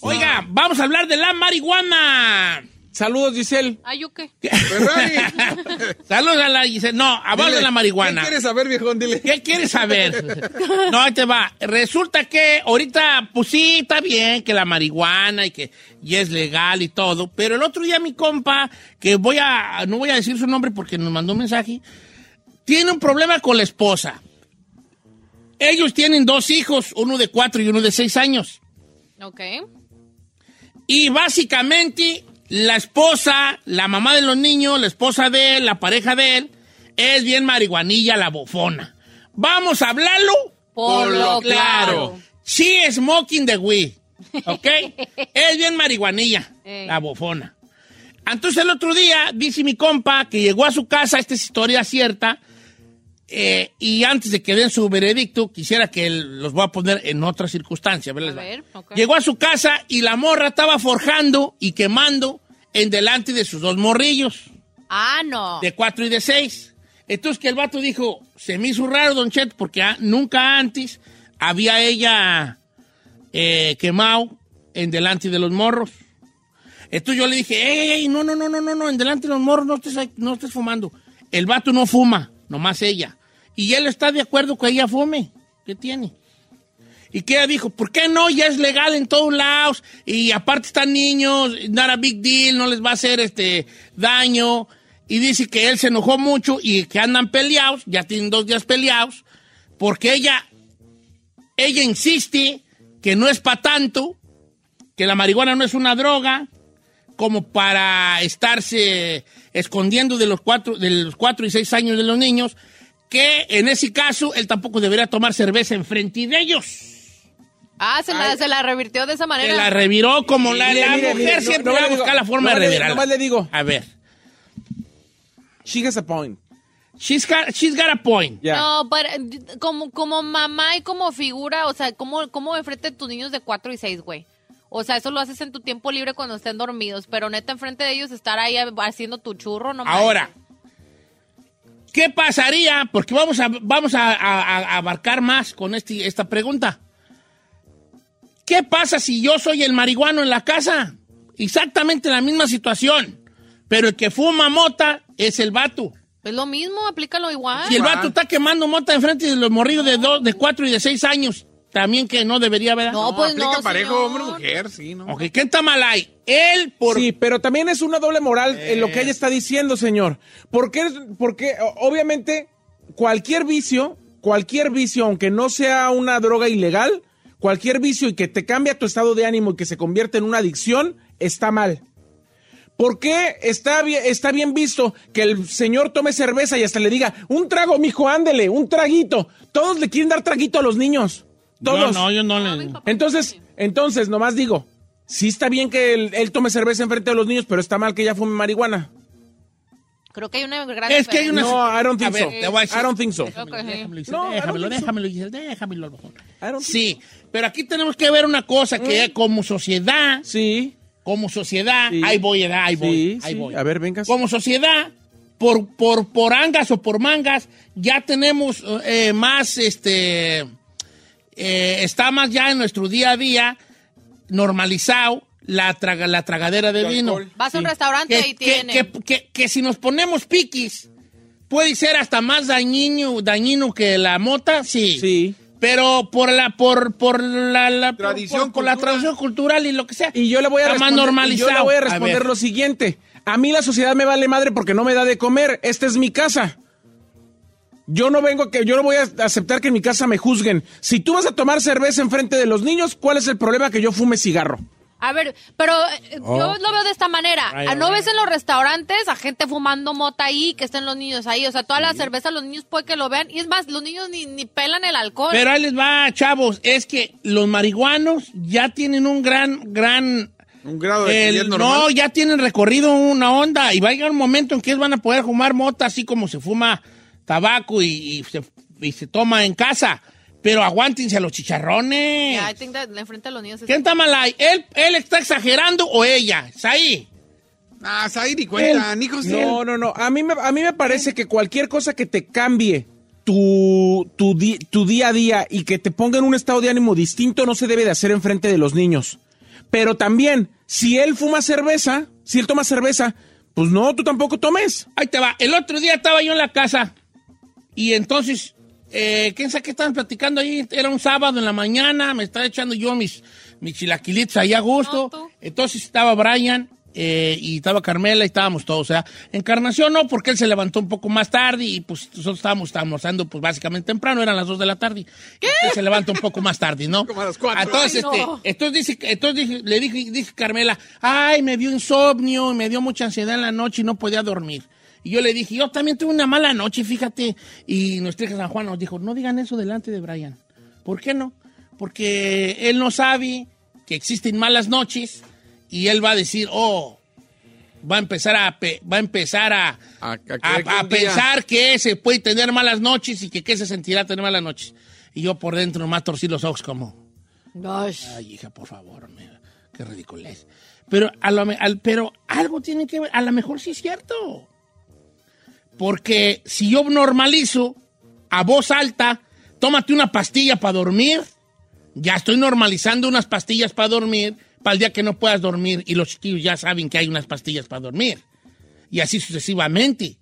B: Oiga, vamos a hablar de la marihuana.
D: Saludos, Giselle.
A: Ay, Ah, ¿yo qué?
C: Ferrari.
B: Saludos a la Giselle. No, hablamos de la marihuana.
C: ¿Qué quieres saber, viejón? Dile.
B: ¿Qué quieres saber? No, ahí te va. Resulta que ahorita, pues sí, está bien que la marihuana y que y es legal y todo, pero el otro día mi compa, que voy a, no voy a decir su nombre porque nos mandó un mensaje, tiene un problema con la esposa. Ellos tienen dos hijos, uno de cuatro y uno de seis años.
A: Ok.
B: Y básicamente, la esposa, la mamá de los niños, la esposa de él, la pareja de él, es bien marihuanilla, la bofona. Vamos a hablarlo.
A: Por lo claro.
B: She is smoking the weed. ¿Ok? es bien marihuanilla,
A: Ey.
B: la bofona. Entonces el otro día, dice mi compa, que llegó a su casa, esta es historia cierta, eh, y antes de que den su veredicto, quisiera que el- los voy a poner en otra circunstancia.
A: A
B: ¿verdad?
A: ver, ok.
B: Llegó a su casa y la morra estaba forjando y quemando en delante de sus dos morrillos,
A: Ah, no.
B: de cuatro y de seis. Entonces que el vato dijo, se me hizo raro, don Chet, porque ah, nunca antes había ella eh, quemado en delante de los morros. Entonces yo le dije, ey, ey, ey, no, no, no, no, no, no, en delante de los morros no estés, ahí- no estés fumando. El vato no fuma, nomás ella. Y él está de acuerdo que ella fume. ¿Qué tiene? Y que ella dijo, ¿por qué no? Ya es legal en todos lados. Y aparte están niños, not a big deal, no les va a hacer este daño. Y dice que él se enojó mucho y que andan peleados, ya tienen dos días peleados, porque ella, ella insiste que no es para tanto, que la marihuana no es una droga, como para estarse escondiendo de los cuatro, de los cuatro y seis años de los niños, que en ese caso él tampoco debería tomar cerveza enfrente de ellos.
A: Ah, se la, se la revirtió de esa
B: Se
A: manera.
B: la reviró como la,
D: Mire,
B: la
D: mire,
B: mujer
D: mire, no-
B: siempre
D: no
B: va a
D: le digo-
B: buscar la forma
D: no
B: de
D: le-
B: revirarla.
D: nomás le digo.
B: A ver.
D: She has a point.
B: She's got, she's got a point.
D: Ya.
A: No, pero como, como mamá y como figura, o sea, ¿cómo, cómo enfrente de tus niños de 4 y 6, güey? O sea, eso lo haces en tu tiempo libre cuando estén dormidos, pero neta, enfrente de ellos estar ahí haciendo tu churro, no manches.
B: Ahora, ¿qué pasaría? Porque vamos a, vamos a, a- a abarcar más con este, esta pregunta. ¿Qué pasa si yo soy el marihuano en la casa? Exactamente la misma situación. Pero el que fuma mota es el vato.
A: Es lo mismo, aplícalo
D: Ah.
A: igual.
B: Si el vato está quemando mota enfrente de los morrillos de, dos, de cuatro y de seis años, también que no debería, ¿verdad?
A: No, pues
C: Aplica
A: no,
C: parejo,
A: señor.
C: hombre, mujer, sí, ¿no?
B: Ok, ¿qué está mal ahí? Él por...
D: Sí, pero también es una doble moral en lo que ella está diciendo, señor. Porque, porque o- obviamente cualquier vicio, cualquier vicio, aunque no sea una droga ilegal, cualquier vicio y que te cambia tu estado de ánimo y que se convierte en una adicción, está mal. ¿Por qué está bien, está bien visto que el señor tome cerveza y hasta le diga, un trago, mijo, ándele, un traguito? Todos le quieren dar traguito a los niños.
B: No,
D: Todos.
B: no, yo no le.
D: Entonces, entonces, nomás digo, sí está bien que él, él tome cerveza enfrente de los niños, pero está mal que ella fume marihuana.
A: Creo que hay una gran
B: Es que hay una.
D: No, I don't think
B: A ver,
D: so.
B: te voy a decir-
D: I don't think so.
A: Creo que sí.
B: Déjamelo, Giselle,
D: No, I don't
B: déjamelo,
D: think so.
B: déjamelo, Giselle, déjamelo, déjamelo.
D: I don't think
B: Sí, pero aquí tenemos que ver una cosa, que como sociedad,
D: Sí.
B: como sociedad,
D: Sí.
B: ahí voy, edad, ahí voy,
D: Sí,
B: ahí
D: sí.
B: voy.
D: A ver, vengas.
B: Como sociedad, por, por, por angas o por mangas, ya tenemos eh, más, este, eh, está más ya en nuestro día a día normalizado la, traga- la tragadera de
C: De
B: vino.
C: alcohol.
A: Vas a un
B: Sí.
A: restaurante y tiene.
B: que, que- que si nos ponemos piquis, puede ser hasta más dañino, dañino que la mota, sí.
D: Sí.
B: Pero por la, por, por la, la- por-
C: Tradición,
B: por, por la
C: cultura.
B: tradición cultural y lo que sea.
D: Y yo le voy a
B: Está más
D: responder, y yo
B: normalizado.
D: le voy a
B: ver.
D: responder lo siguiente. A mí la sociedad me vale madre porque no me da de comer. Esta es mi casa. Yo no vengo que yo no voy a aceptar que en mi casa me juzguen. Si tú vas a tomar cerveza enfrente de los niños, ¿cuál es el problema que yo fume cigarro?
A: A ver, pero eh, yo lo veo de esta manera.
B: Oh. Ay,
A: Ah, ¿No
B: ay,
A: ves en los restaurantes a gente fumando mota ahí, que estén los niños ahí? O sea, toda la cerveza los niños puede que lo vean. Y es más, los niños ni, ni pelan el alcohol.
B: Pero ahí les va, chavos, es que los marihuanos ya tienen un gran, gran...
C: Un grado de
B: el-
C: actividad normal.
B: no, ya tienen recorrido una onda y va a llegar un momento en que ellos van a poder fumar mota así como se fuma tabaco y, y se, y se toma en casa. Pero aguántense a los chicharrones.
A: Yeah, I think that enfrente a los niños es-
B: ¿Quién está mal ahí? ¿Él, ¿Él está exagerando o ella? ¿Es ahí?
C: Ah, Zairi, cuentan, hijos de...
D: No, no, no. A mí me, a mí me parece que cualquier cosa que te cambie tu, tu, di- tu día a día y que te ponga en un estado de ánimo distinto no se debe de hacer enfrente de los niños. Pero también, si él fuma cerveza, si él toma cerveza, pues no, tú tampoco tomes.
B: Ahí te va. El otro día estaba yo en la casa y entonces, eh, ¿quién sabe qué estaban platicando ahí? Era un sábado en la mañana, me estaba echando yo mis, mis chilaquilitos ahí a gusto.
A: No, tú.
B: entonces estaba Brian eh, y estaba Carmela y estábamos todos. O sea, Encarnación no, porque él se levantó un poco más tarde y pues nosotros estábamos almorzando pues básicamente temprano, eran las 2 de la tarde. ¿Qué? se levanta un poco más tarde, ¿no?
C: Como a las cuatro.
B: Entonces,
A: Ay,
B: este,
A: no.
B: entonces, dice, entonces dije- le dije, dije Carmela, ay, me dio insomnio y me dio mucha ansiedad en la noche y no podía dormir. Y yo le dije, yo también tuve una mala noche, fíjate. Y nuestra hija San Juan nos dijo, no digan eso delante de Brian. ¿Por qué no? Porque él no sabe que existen malas noches y él va a decir, oh, va a empezar a, pe- va a empezar a,
C: A- a creer
B: a-
C: que
B: a
C: un día-
B: pensar que se puede tener malas noches y que qué se sentirá tener malas noches. Y yo por dentro más torcí los ojos como...
A: Gosh.
B: Ay, hija, por favor, me- qué ridiculez. Pero, a lo me- al- pero algo tiene que ver, a lo mejor sí es cierto. Porque si yo normalizo a voz alta, tómate una pastilla para dormir, ya estoy normalizando unas pastillas para dormir, para el día que no puedas dormir, y los chiquillos ya saben que hay unas pastillas para dormir. Y así sucesivamente.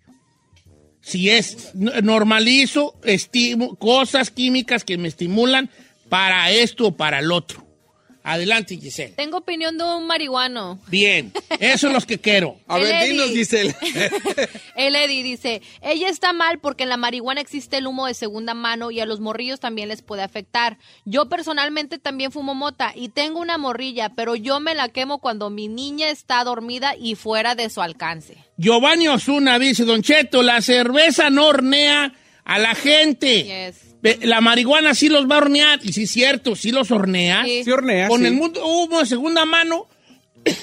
B: Si es, n- normalizo estimo, cosas químicas que me estimulan para esto o para el otro. Adelante, Giselle.
A: Tengo opinión de un marihuano.
B: Bien, eso es lo que quiero.
C: A ver,
A: Eddie.
C: dinos, Giselle.
A: El Eddie dice, ella está mal porque en la marihuana existe el humo de segunda mano y a los morrillos también les puede afectar. Yo personalmente también fumo mota y tengo una morrilla, pero yo me la quemo cuando mi niña está dormida y fuera de su alcance.
B: Giovanni Osuna dice, Don Cheto, la cerveza no hornea a la gente.
A: Yes.
B: Pe- La marihuana sí los va a hornear. Y sí, es cierto, sí los hornea.
A: Sí.
D: Si horneas.
B: Con
D: sí.
B: el mundo humo de segunda mano,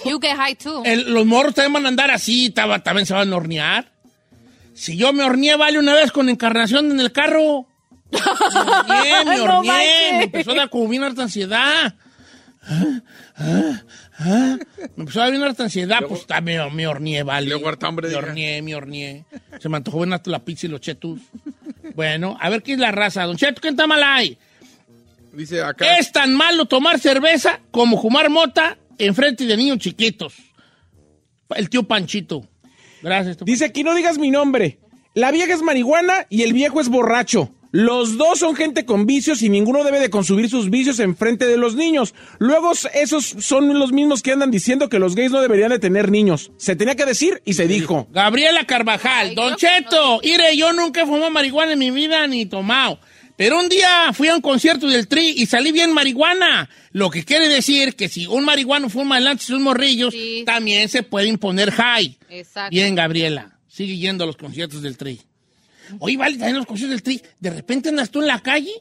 A: You get high too.
B: el- los morros también van a andar así, taba- también se van a hornear. Si yo me horneé, vale, una vez con encarnación en el carro. Me horneé, me
A: No
B: horneé, me
A: manches.
B: empezó a dar como bien harta ansiedad. Ah, ah, ah. Me empezó a dar bien harta ansiedad, pues también me, me horneé, vale.
C: Luego harta hambre,
B: me
C: diga.
B: horneé, me horneé. Se me antojó bien hasta la pizza y los chetos. Bueno, a ver qué es la raza. Don Cheto, ¿qué está mal ahí?
C: Dice acá.
B: Es tan malo tomar cerveza como fumar mota en frente de niños chiquitos. El tío Panchito. Gracias. tío.
D: Dice aquí, no digas mi nombre. La vieja es marihuana y el viejo es borracho. Los dos son gente con vicios y ninguno debe de consumir sus vicios en frente de los niños. Luego esos son los mismos que andan diciendo que los gays no deberían de tener niños. Se tenía que decir y se dijo.
B: Gabriela Carvajal.
A: Ay,
B: Don
A: creo que
B: Cheto, mire, yo nunca he fumado marihuana en mi vida ni tomado. Pero un día fui a un concierto del Tri y salí bien marihuana. Lo que quiere decir que si un marihuano fuma adelante sus morrillos,
A: Sí.
B: también se puede imponer high.
A: Exacto.
B: Bien, Gabriela. Sigue yendo a los conciertos del Tri. Oye, vale, también los conciertos del Tri. De repente andas tú en la calle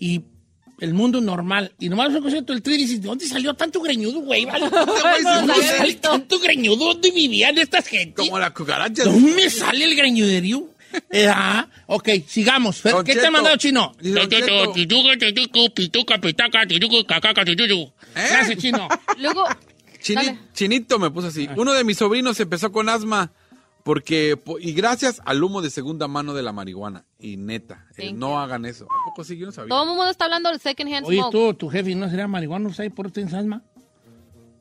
B: y el mundo normal. Y nomás vas a un concierto del Tri y dices, ¿de dónde salió tanto greñudo, güey? Vale, ¿de dónde
A: había
B: sale tanto greñudo? ¿Dónde vivían estas gentes?
C: Como la cucaracha.
B: ¿Dónde sale el greñuderío? Eh, ah, ok, sigamos. Fer,
C: Don
B: ¿Qué te
C: Cheto.
B: ha mandado chino?
C: Dice Don Cheto. ¿Eh?
B: Gracias, chino.
A: Luego,
C: Chini-
A: Dale.
C: chinito me puso así. Uno de mis sobrinos empezó con asma porque po- y gracias al humo de segunda mano de la marihuana. Y neta, eh,
A: Thank
C: no hagan eso. ¿A poco sí? Yo no sabía.
A: todo el mundo está hablando del second hand
B: Oye,
A: smoke.
B: tú, tu jefe, ¿no será marihuano? ¿Sabes por qué tienes asma?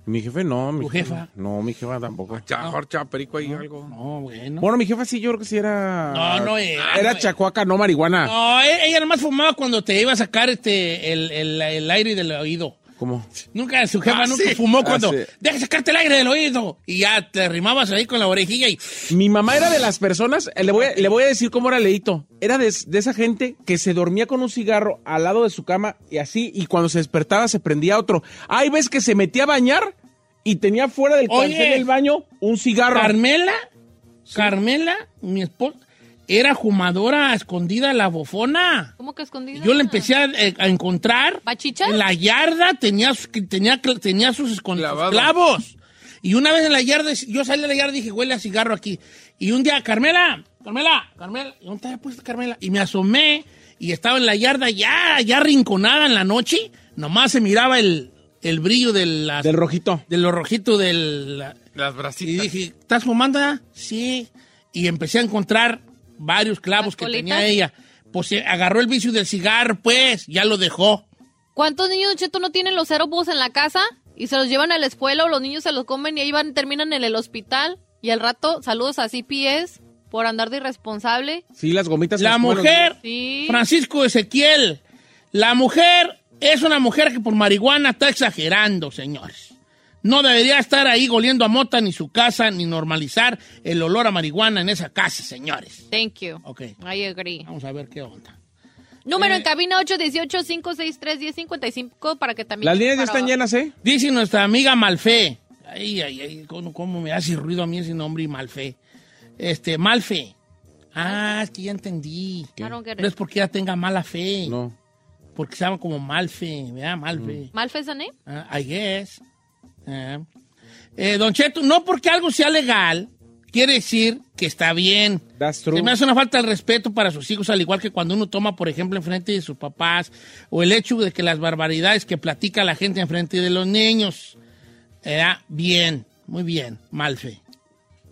D: Mi jefe no, mi
B: ¿Tu
D: jefe-
B: jefa? Ah,
D: No, mi jefa tampoco.
C: Cha, jorcha, perico ahí algo.
B: No, bueno.
D: Bueno, mi jefa sí, yo creo que sí era.
B: No, no era,
D: Era
B: güey.
D: chacuaca, no marihuana.
B: No, e- ella nomás fumaba cuando te iba a sacar este, el, el- el aire del oído.
D: ¿Cómo?
B: Nunca, su jefa
C: Ah,
B: nunca
C: sí.
B: fumó cuando,
D: Ah, sí.
B: deja sacarte el aire del oído. Y ya te arrimabas ahí con la orejilla y...
D: Mi mamá era de las personas, eh, le voy a, le voy a decir cómo era Leito. Era de, de esa gente que se dormía con un cigarro al lado de su cama y así, y cuando se despertaba se prendía otro. Hay veces que se metía a bañar y tenía fuera del
B: Oye.
D: cancel del baño un cigarro.
B: Carmela, Carmela, mi esposa, era fumadora a escondida la bofona.
A: ¿Cómo que escondida?
B: Yo la empecé a, eh, a encontrar.
A: ¿Bachicha?
B: En la yarda tenía, sus- que tenía, cl- tenía sus escon-
C: Clavado.
B: sus clavos. Y una vez en la yarda, yo salí de la yarda y dije, huele a cigarro aquí. Y un día, Carmela, Carmela, Carmela, ¿y ¿dónde te había puesto Carmela? Y me asomé y estaba en la yarda ya, ya rinconada en la noche. Nomás se miraba el, el brillo de, las,
D: Del rojito.
B: de lo rojito del... la-
C: Las
B: y
C: bracitas.
B: dije, ¿estás fumando? ah? Sí. Y empecé a encontrar varios clavos
A: ¿Las
B: que
A: colitas?
B: tenía ella. Pues eh, agarró el vicio del cigarro, pues, ya lo dejó.
A: ¿Cuántos niños, Don Cheto, no tienen los bus en la casa y se los llevan a la escuela o los niños se los comen y ahí van, terminan en el hospital? Y al rato, saludos a CPS por andar de irresponsable.
D: Sí, las gomitas.
B: La
D: las- bueno,
B: mujer,
A: Sí.
B: Francisco Ezequiel, la mujer es una mujer que por marihuana está exagerando, señores. No debería estar ahí goliendo a mota ni su casa, ni normalizar el olor a marihuana en esa casa, señores.
A: Thank you.
B: Ok.
A: I agree.
B: Vamos a ver qué onda.
A: Número en
B: Eh,
A: cabina 818-563-1055 para que también...
D: Las líneas ya
A: para-
D: están llenas, ¿eh?
B: Dice nuestra amiga Malfe. Ay, ay, ay, ¿cómo, cómo me hace ruido a mí ese nombre y Malfe? Este, Malfe. Ah, es que ya entendí.
A: I don't get it.
B: No es porque ella tenga mala fe,
D: No.
B: porque se llama como Malfe, ¿verdad? Malfe.
A: ¿Malfe esa, eh?
B: Ah, I guess. Ah. Eh, don Cheto, no porque algo sea legal, quiere decir que está bien.
D: That's
B: Se
D: true.
B: me hace una falta de respeto para sus hijos, al igual que cuando uno toma, por ejemplo, enfrente de sus papás, o el hecho de que las barbaridades que platica la gente enfrente de los niños. Era bien, muy bien, Malfe.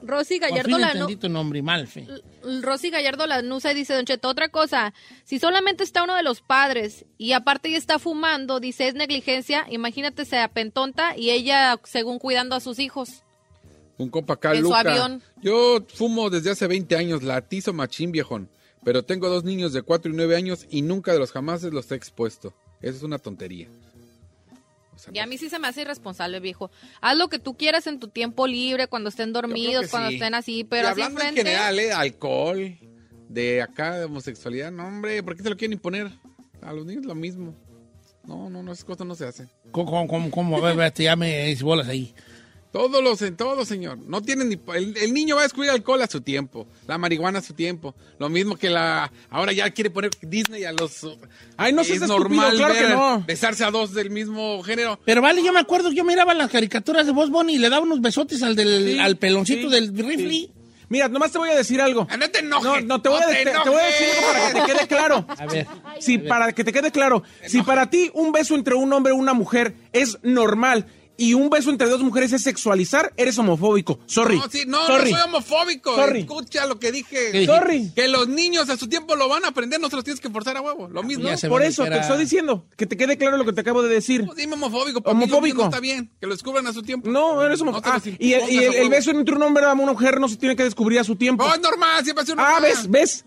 A: Rosy
B: Por
A: Gallardo
B: fin
A: la no...
B: entendí tu nombre, Malfe.
A: L- Rosy Gallardo Lanusa dice, Don Cheto, otra cosa, si solamente está uno de los padres y aparte ella está fumando, dice, es negligencia, imagínate, se apentonta y ella, según cuidando a sus hijos.
C: Un compa acá,
A: En su
C: Luca.
A: avión.
C: Yo fumo desde hace 20 años, latizo machín, viejón. Pero tengo dos niños de 4 y 9 años y nunca de los jamás los he expuesto. Eso es una tontería. O sea,
A: Y a
C: no-
A: mí sí se me hace irresponsable, viejo. Haz lo que tú quieras en tu tiempo libre, cuando estén
C: Yo creo
A: dormidos,
C: que
A: cuando
C: sí.
A: estén así,
C: Y
A: pero así
C: hablando
A: frente...
C: en general, ¿eh? Alcohol, de acá, de homosexualidad. No, hombre, ¿por qué se lo quieren imponer? A los niños lo mismo. No, no, no, esas cosas no se hacen.
B: ¿Cómo, cómo, cómo, cómo? A ver, espérate, ya me hice bolas ahí.
C: Todos los, en todo, señor. No tienen ni... El, el niño va a descubrir alcohol a su tiempo, la marihuana a su tiempo. Lo mismo que la... Ahora ya quiere poner Disney a los...
D: Ay, no
C: sé,
D: seas estúpido, claro que no.
C: Besarse a dos del mismo género.
B: Pero vale, yo me acuerdo, que yo miraba las caricaturas de Boss Bunny y le daba unos besotes al, del,
D: Sí,
B: al peloncito
D: sí,
B: del rifle.
D: sí. Mira, nomás te voy a decir algo.
C: Ah, No te enojes.
D: No, no, te voy, a, de- te- te voy a decir algo para que te quede claro.
B: A ver.
D: Sí, para que te quede claro, si para ti un beso entre un hombre y una mujer es normal y un beso entre dos mujeres es sexualizar, eres homofóbico. Sorry.
C: No, sí, no,
D: Sorry.
C: no soy homofóbico.
D: Sorry.
C: Escucha lo que dije.
B: ¿Qué dijiste?
D: Sorry.
C: Que los niños a su tiempo lo van a aprender, nosotros tienes que forzar a huevo. Lo mismo.
B: Ya se
D: Por
B: me
D: eso te
B: dijera-
D: estoy diciendo, que te quede claro lo que te acabo de decir.
C: No, dime homofóbico. para mí lo
D: Homofóbico.
C: mío no está bien. Que lo descubran a su tiempo.
D: No, eres
C: No te
D: homofóbico. Ah,
C: los
D: y el, y
C: impongas a
D: el- el
C: huevo.
D: beso entre un hombre y una mujer no se tiene que descubrir a su tiempo.
C: No, Oh, es normal, siempre ha sido
D: Ah,
C: normal.
D: ¿ves? ¿Ves?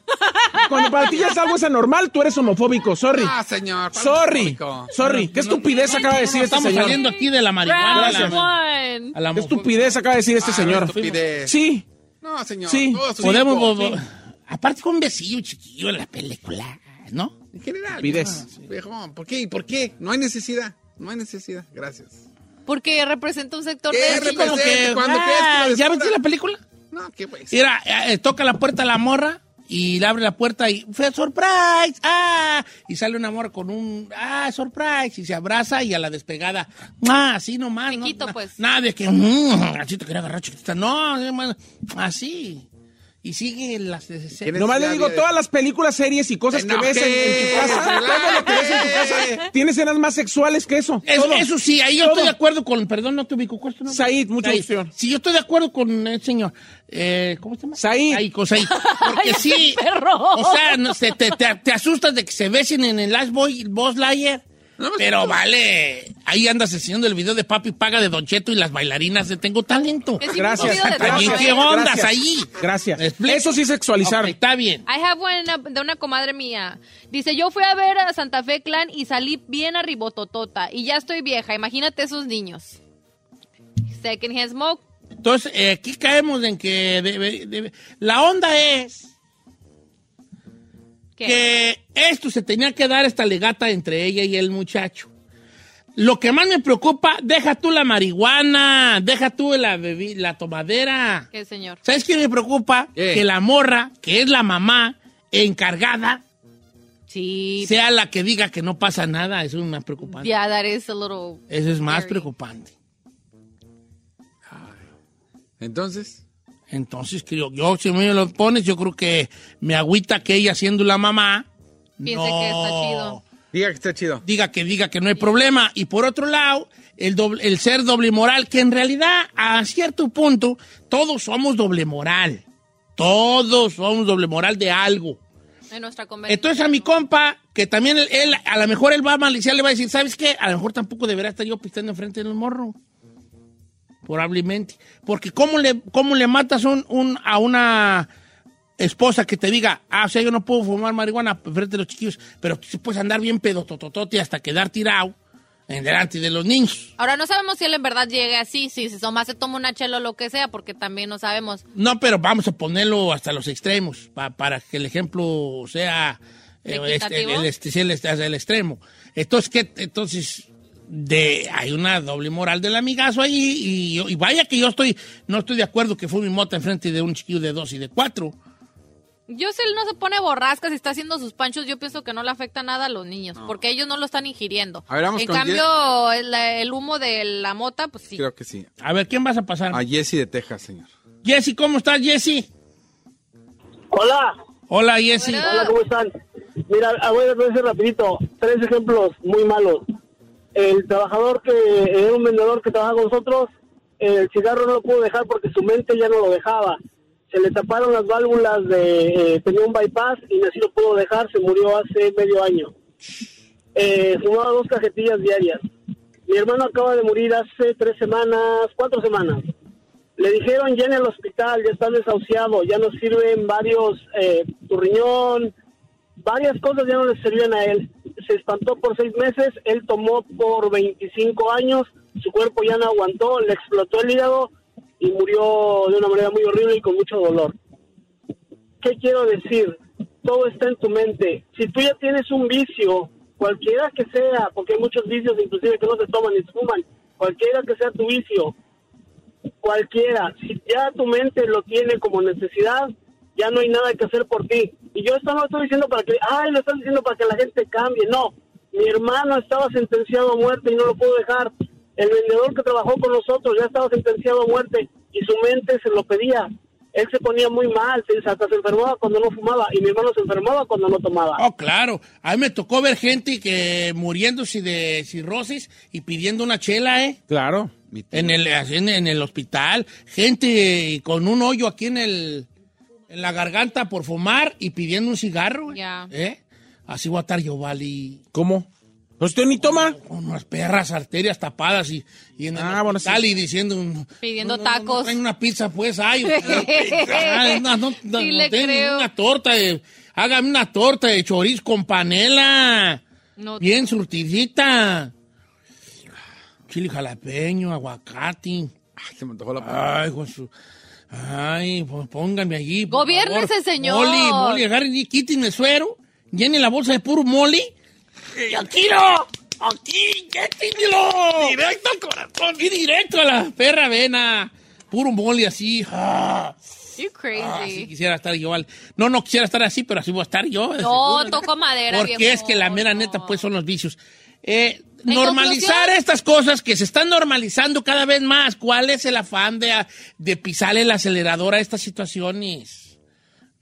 D: Cuando para ti ya es algo es anormal, tú eres homofóbico. Sorry.
C: Ah, señor. para
D: Sorry.
C: homofóbico.
D: Sorry. Qué estupidez acaba de decir este
B: Estamos
D: señor.
B: saliendo aquí de la marihuana. a la-
A: Round one.
B: a la
D: Qué
B: mujer.
D: estupidez acaba de decir este
C: Ah,
D: señor.
C: estupidez.
D: Sí.
C: No, señor.
D: Sí.
C: todo a su
B: Podemos.
C: tiempo.
B: bo- bo- Aparte con un besillo chiquillo en la película. pues, ¿no? En general.
D: Estupidez.
B: ¿no?
C: Viejón, ¿por qué? ¿Y por qué? No hay necesidad. No hay necesidad. Gracias.
A: Porque representa un sector
C: ¿Qué
A: de
B: Es como que,
C: Represente, ¿cuándo
B: ah,
C: crees que lo
B: ¿Ya
C: descubra?
B: viste la película?
C: No, qué pues.
B: Mira, eh, toca la puerta a la morra y le abre la puerta y fue surprise, ah, y sale una morra con un ah, surprise y se abraza y a la despegada, ah, así nomás, ¿no?
A: Chiquito,
B: Na-
A: pues.
B: Nada de que mm, así te quería agarrar chiquitita, no, hermano, así. Y sigue las
C: ¿Quién es?
D: Nomás le digo,
C: Necesidad de-
D: todas las películas, series y cosas que
C: No,
D: ves en, en
C: ¿qué?
D: tu casa, todo lo que ves en tu casa, tiene escenas más sexuales que eso.
B: Eso,
D: todo.
B: eso sí, ahí yo
D: Todo.
B: estoy de acuerdo con, perdón, no te ubico, ¿cuál es tu nombre?
D: Said, mucha opción.
B: Sí, yo estoy de acuerdo con el señor, eh, ¿cómo se llama?
D: Said.
B: Said, con Said. Porque sí, o sea, no, se- te, te- te asustas de que se besen en el Last Boy, Boss Layer, pero vale, ahí andas enseñando el video de Papi Paga de Don Cheto y las bailarinas de Tengo Talento.
A: Es
D: Gracias,
A: incluido de todo,
B: También,
D: gracias.
B: ¿qué
A: ¿eh?
B: ondas
D: gracias.
B: ahí?
D: Gracias.
B: ¿Me explico?
D: Eso sí es sexualizar.
B: Ok, está bien.
A: I have one up de una comadre mía. Dice, yo fui a ver a Santa Fe Clan y salí bien arribototota y ya estoy vieja. Imagínate esos niños. Second hand smoke.
B: Entonces, eh, aquí caemos en que debe- debe- la onda es...
A: ¿Qué?
B: que esto se tenía que dar esta legata entre ella y el muchacho. Lo que más me preocupa, deja tú la marihuana, deja tú la, bebi- la tomadera.
A: ¿Qué, señor?
B: ¿Sabes qué me preocupa?
C: ¿Qué?
B: Que la morra, que es la mamá encargada,
A: Sí.
B: sea la que diga que no pasa nada. Eso es más preocupante.
A: Yeah, that is a little...
B: Eso es más
A: Scary.
B: preocupante.
C: Entonces,
B: Entonces, creo, yo, si me lo pones, yo creo que me agüita que ella siendo la mamá.
A: Piense
B: no.
A: que está chido.
C: diga que está chido.
B: diga que diga que no hay problema. Y por otro lado, el, doble- el ser doble moral, que en realidad a cierto punto todos somos doble moral. Todos somos doble moral de algo.
A: En nuestra convención.
B: Entonces a mi compa, que también él, él, a lo mejor él va a maliciar, le va a decir, ¿sabes qué? A lo mejor tampoco debería estar yo pistando enfrente del morro. Probablemente. Porque ¿cómo le, cómo le matas un, un- a una esposa que te diga, ah, o sea, yo no puedo fumar marihuana frente a los chiquillos, pero tú sí puedes andar bien pedotototote hasta quedar tirado en delante de los niños.
A: Ahora no sabemos si él en verdad llegue así, si se toma, se toma una chela o lo que sea, porque también no sabemos.
B: No, pero vamos a ponerlo hasta los extremos pa- para que el ejemplo sea eh, este,
A: ¿Equitativo?
B: el, este- sí, el este- hacia el extremo. Entonces, ¿qué? Entonces, de, hay una doble moral del amigazo ahí y, yo- y vaya que yo estoy, no estoy de acuerdo que fue mi mota enfrente de un chiquillo de dos y de cuatro.
A: Yo si él no se pone borrasca, si está haciendo sus panchos, yo pienso que no le afecta nada a los niños, porque ellos no lo están ingiriendo.
C: A ver, vamos
A: en
C: con
A: cambio, el, el humo de la mota, pues sí.
C: Creo que sí.
B: A ver, ¿quién vas a pasar?
C: A Jesse de Texas, señor.
B: Jesse, ¿cómo estás, Jesse?
H: Hola,
B: Hola, Jesse.
A: Hola.
H: hola, ¿cómo están? Mira, ah, voy a decir rapidito tres ejemplos muy malos. El trabajador que era un vendedor que trabaja con nosotros, el cigarro no lo pudo dejar porque su mente ya no lo dejaba. Se le taparon las válvulas de... eh, tenía un bypass y así lo pudo dejar, se murió hace medio año. Eh, fumaba dos cajetillas diarias. Mi hermano acaba de morir hace tres semanas, cuatro semanas. Le dijeron ya en el hospital, ya está desahuciado, ya no sirven varios, eh, tu riñón, varias cosas ya no le servían a él. Se espantó por seis meses, él tomó por 25 años, su cuerpo ya no aguantó, le explotó el hígado y murió de una manera muy horrible y con mucho dolor. ¿Qué quiero decir? Todo está en tu mente. Si tú ya tienes un vicio, cualquiera que sea, porque hay muchos vicios inclusive que no se toman ni se fuman, cualquiera que sea tu vicio, cualquiera, si ya tu mente lo tiene como necesidad, ya no hay nada que hacer por ti. Y yo esto no lo estoy diciendo para que, ay, lo están diciendo para que la gente cambie. No, mi hermano estaba sentenciado a muerte y no lo pudo dejar. El vendedor que trabajó con nosotros ya estaba sentenciado a muerte y su mente se lo pedía. Él se ponía muy mal, se- hasta se enfermaba cuando no fumaba y mi hermano se enfermaba cuando no tomaba.
B: Oh, claro. A mí me tocó ver gente que muriéndose de cirrosis y pidiendo una chela, ¿eh?
D: Claro.
C: Mi tío.
B: En el, así en, en el hospital, gente con un hoyo aquí en el en la garganta por fumar y pidiendo un cigarro. güey.
A: Ya.
B: ¿Eh? Así voy a estar yo, Vali,
D: ¿Cómo? No estoy Pues ni toma.
B: con unas perras arterias tapadas y, y en el
D: Ah, bueno,
B: hospital
D: sí.
B: y diciendo... un-
A: Pidiendo
B: no, no, no, no
A: tacos.
B: traen una pizza, pues, ay. ay, no, no, no,
A: Sí
B: no
A: le
B: tienen
A: creo.
B: una torta de... Hágame una torta de chorizo con panela.
A: No,
B: Bien surtidita. Chile jalapeño, aguacate.
C: Ay, se me antojó la
B: Ay, con su... Ay, pues pónganme allí. por
A: Gobiérnese,
B: favor.
A: señor.
B: Moli, Moli, agarren y quítenme el suero llene la bolsa de puro mole. ¡Y aquí no! ¡Aquí! ¡Quétimelo! ¡Directo al corazón! Y directo a la perra vena. Puro mole así. Ah,
A: You crazy.
B: así quisiera estar yo. al- No, no quisiera estar así, pero así voy a estar yo. de
A: no,
B: seguro.
A: toco madera,
B: Porque
A: viejo.
B: es que la mera neta, pues, son los vicios. Eh,
A: En
B: normalizar
A: conclusión-
B: estas cosas que se están normalizando cada vez más. ¿Cuál es el afán de, de pisarle el acelerador a estas situaciones?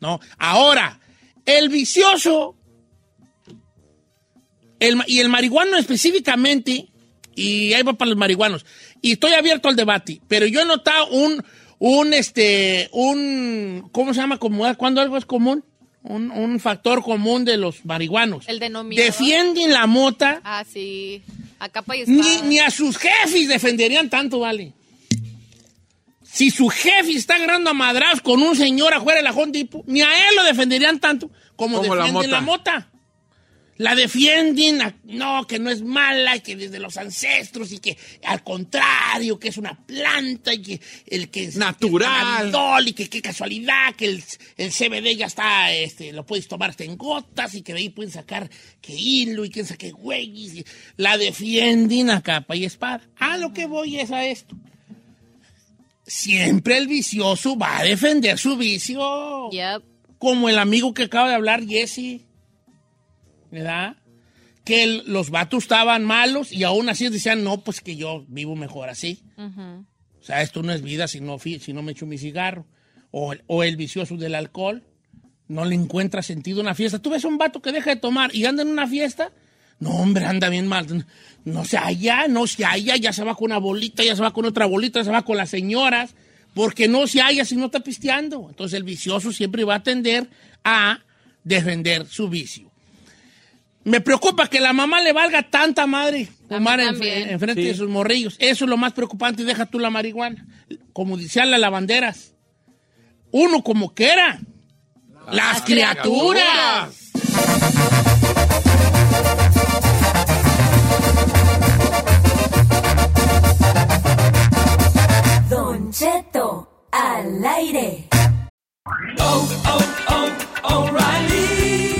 B: ¿No? Ahora, el vicioso el ma- y el marihuano específicamente, y ahí va para los marihuanos, y estoy abierto al debate, pero yo he notado un, un, este, un, ¿cómo se llama? Como, cuando algo es común, un, un factor común de los marihuanos.
A: El denominador.
B: Defienden la mota,
A: Ah, sí. A capa y espada.
B: ni, ni a sus jefes defenderían tanto, vale. Si su jefe está agarrando a madras con un señor afuera de la Home Depot, ni a él lo defenderían tanto como
C: Como la
B: defienden la mota. La defienden, a- no, que no es mala, que desde los ancestros y que al contrario, que es una planta y que el que es
C: Natural.
B: que es panadol y que qué casualidad, que el, el CBD ya está, este, lo puedes tomar hasta en gotas y que de ahí pueden sacar que hilo y que saque güeyes. y- La defienden a capa y espada. A lo que voy es a esto. Siempre el vicioso va a defender su vicio
A: Yep.
B: como el amigo que acaba de hablar, Jesse, ¿verdad? Que el- los vatos estaban malos y aún así decían, no, pues que yo vivo mejor así. O sea, esto no es vida si no, fi- si no me echo mi cigarro. O, el- o el vicioso del alcohol, no le encuentra sentido una fiesta. Tú ves un vato que deja de tomar y anda en una fiesta, no, hombre, anda bien mal. No se halla, no se halla, ya se va con una bolita, ya se va con otra bolita, ya se va con las señoras, porque no se halla si no está pisteando. Entonces el vicioso siempre va a tender a defender su vicio. Me preocupa que la mamá le valga tanta madre
A: mí
B: fumar en,
A: también.
B: en frente de sus morrillos. Eso es lo más preocupante y deja tú la marihuana. Como decían las lavanderas, uno como quiera. Las, criaturas.
F: Don Cheto al aire.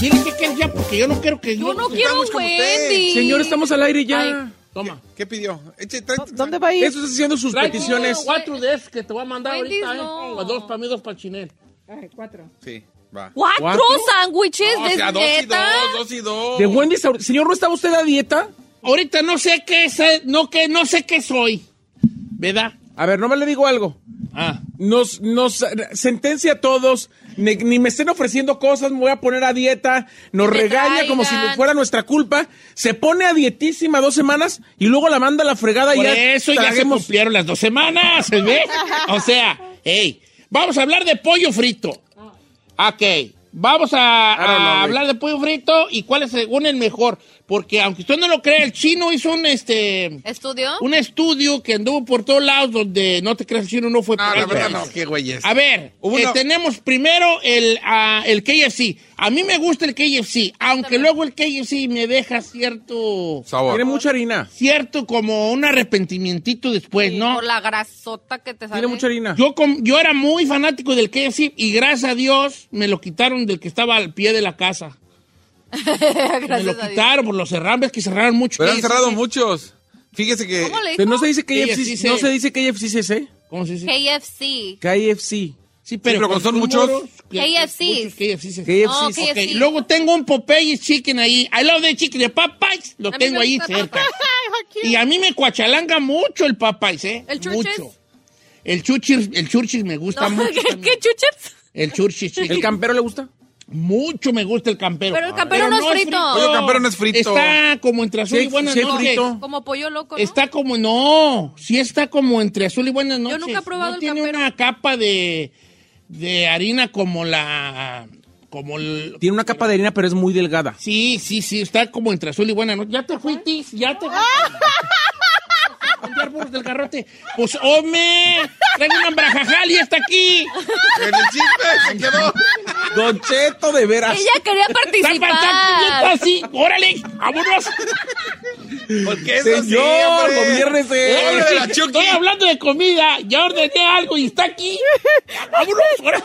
B: Dile que quieres ya, porque yo no quiero que
A: Yo no
B: que-
A: quiero
C: con usted.
A: Wendy.
D: Señor, estamos al aire ya.
A: Ay.
B: Toma.
C: ¿Qué pidió? Eche, trae-
E: ¿Dónde va a ir?
D: Eso está haciendo sus
B: Traigo
D: peticiones.
B: cuatro de esas que te voy a mandar
A: Wendy's
B: ahorita, ¿eh?
A: no.
B: Pa' Dos para mí, dos para el chinel.
C: Sí, va.
A: ¿Cuatro
D: ¿Cuatro?
A: sándwiches
C: No, o
A: de
C: sea, dos y
A: neta?
C: dos, dos y dos.
D: De Wendy, Saur- señor, ¿no estaba usted a dieta?
B: Ahorita no sé qué es, eh, no que no sé qué soy. ¿Verdad?
D: A ver, no me le digo algo.
B: Ah.
D: Nos, nos eh, sentencia a todos, ni, ni me estén ofreciendo cosas, me voy a poner a dieta, nos
A: Que me
D: regaña como si
A: traigan.
D: fuera nuestra culpa, se pone a dietísima dos semanas y luego la manda a la fregada y
B: Por
D: ya
B: eso ya se
D: traguemos.
B: cumplieron las dos semanas, ¿ves? O sea, hey, vamos a hablar de pollo frito. Ok, vamos a,
D: I don't know,
B: a
D: Rick.
B: hablar de pollo frito y cuál es según el mejor. Porque aunque usted no lo crea, el chino hizo un este
A: ¿Estudio?
B: un estudio que anduvo por todos lados donde no te creas el chino no fue
C: No,
B: por
C: Ah, la
B: ahí,
C: verdad
B: pues.
C: no, qué güey es.
B: A ver,
C: Hubo
B: eh,
C: una-
B: tenemos primero el, ah, el KFC. A mí me gusta el KFC, aunque luego el KFC me deja cierto...
C: Sabor.
D: Tiene mucha harina.
B: Cierto, como un arrepentimiento después, ¿no?
A: Por la grasota que te sale.
D: Tiene mucha harina.
B: Yo, com- yo era muy fanático del KFC y gracias a Dios me lo quitaron del que estaba al pie de la casa. me
A: Gracias
B: lo
A: a Dios.
B: quitaron por los cerrames que cerraron mucho.
C: Pero han
B: KFC.
C: cerrado muchos. Fíjese que.
A: ¿Cómo le
D: Pero no
A: dijo?
D: se dice KFC,
B: KFC.
D: no se dice KFCC.
B: ¿Cómo se dice?
A: KFC.
D: KFC.
B: Sí,
C: Sí, pero
B: con
C: son
B: números,
C: muchos.
B: que-
A: KFC.
B: muchos KFC.
D: KFC.
A: No,
D: Ok,
B: Ok,
A: KFC.
B: Luego tengo un Popeyes chicken ahí. I love the chicken de Popeyes. Lo
A: A mí
B: tengo
A: me
B: ahí
A: gusta
B: cerca.
A: Popeyes.
B: y a mí me cuachalanga mucho el Popeyes, ¿eh?
A: ¿El Church's?
B: mucho. El Churchis, el Churchis me gusta
A: No,
B: mucho.
A: ¿Qué,
B: también.
A: qué chuches?
B: El Churchis, sí.
D: ¿El campero le gusta?
B: Mucho me gusta el campero.
A: Pero el campero no es frito.
C: Oye, el campero no es frito.
B: Está como entre azul
D: Sí,
B: y buenas
D: sí es
B: noches.
D: frito.
A: Como pollo loco, ¿no?
B: Está como, no, sí está como entre azul y buenas noches.
A: nunca he probado
B: no
A: el
B: tiene
A: campero.
B: una capa de, de harina como la, como el,
D: Tiene una capa de harina, pero es muy delgada.
B: sí, sí, sí, está como entre azul y buenas noches. Ya te fui, Tis, ya te fui. Andar burros del garrote. Pues, hombre, traigo una brajajal y está aquí.
C: En el chisme se quedó.
D: Don Cheto, de veras.
A: Ella quería
B: Está
A: participar.
B: así. Órale, vámonos.
C: Porque eso sí,
D: Señor,
C: hombre.
D: gobiérnese.
B: Eh,
C: Órale, la Chucky.
B: Estoy hablando de comida, ya ordené algo y está aquí. Vámonos, órale.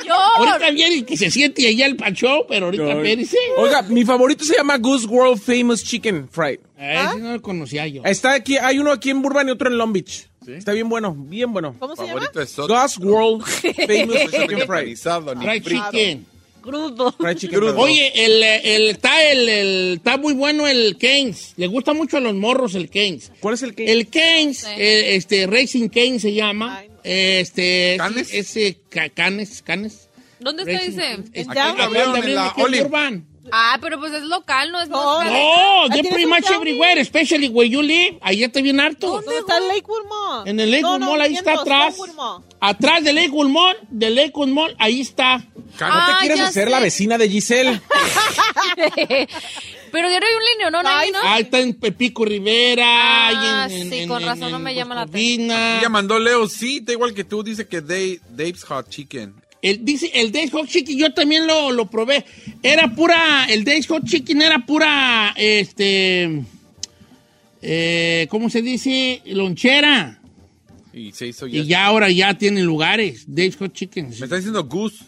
A: Señor.
B: Ahorita viene y que se siente allá el pancho, pero ahorita espérese.
D: Oiga, mi favorito se llama Goose World Famous Chicken Fried.
B: A ese no lo conocía yo.
D: Está aquí, hay uno aquí en Burbank y otro en Long Beach. Está bien bueno, bien bueno.
E: ¿Cómo se llama?
C: Favorito es Soto.
D: Goose World Famous Chicken Fried.
C: Empanizado, ni
B: Fried
C: frito.
B: chicken.
E: Crudo.
D: Fried chicken. perdón.
B: Oye, el, eh, el, está, el, el- está muy bueno el Keynes. Le gusta mucho a los morros el Keynes.
D: ¿cuál es el que?
B: El Keynes, eh, este, Racing Keynes se llama.
E: Ay, no.
B: Este,
C: ¿Canes?
B: Ese, ca- Canes, Canes.
A: ¿Dónde está
B: Racing
A: ese?
B: Keynes.
E: Es-
C: Aquí lo abrieron en la
B: Aquí en
C: Olive.
B: Burbank.
A: Ah, pero pues es local, no es
E: No,
A: más caro.
B: Oh,
E: Aquí
B: they're
E: eres
B: pretty
E: un
B: much
E: zombie.
B: everywhere, especially where you live. Ahí ya está bien harto.
E: ¿Dónde está el Lakewood Mall?
B: En el Lakewood
E: No, no,
B: Mall, ahí
E: miento,
B: está atrás.
E: Stonewood Mall.
B: Atrás del Lakewood Mall, del Lakewood Mall, ahí está.
D: Ah, ¿No te
A: Ah,
D: quieres
A: ya
D: hacer
A: sé.
D: la vecina de Giselle?
A: Pero ya no hay un linio, ¿no? Ahí, ¿no?
B: Ahí está en Pepico Rivera.
A: Ah,
B: ahí en, en-
A: sí,
B: en-
A: con
B: en-
A: razón no
B: en
A: me llama la
B: Cocovina.
C: Ya mandó Leo, sí, está igual que tú, dice que Dave, Dave's Hot Chicken.
B: El, dice, el Days Hot Chicken yo también lo, lo probé. Era pura, el Days Hot Chicken era pura, este, eh, ¿cómo se dice? Lonchera.
C: Y se hizo ya.
B: Y ya ahora ya tiene lugares, Days Hot Chicken.
C: Me está diciendo Goose,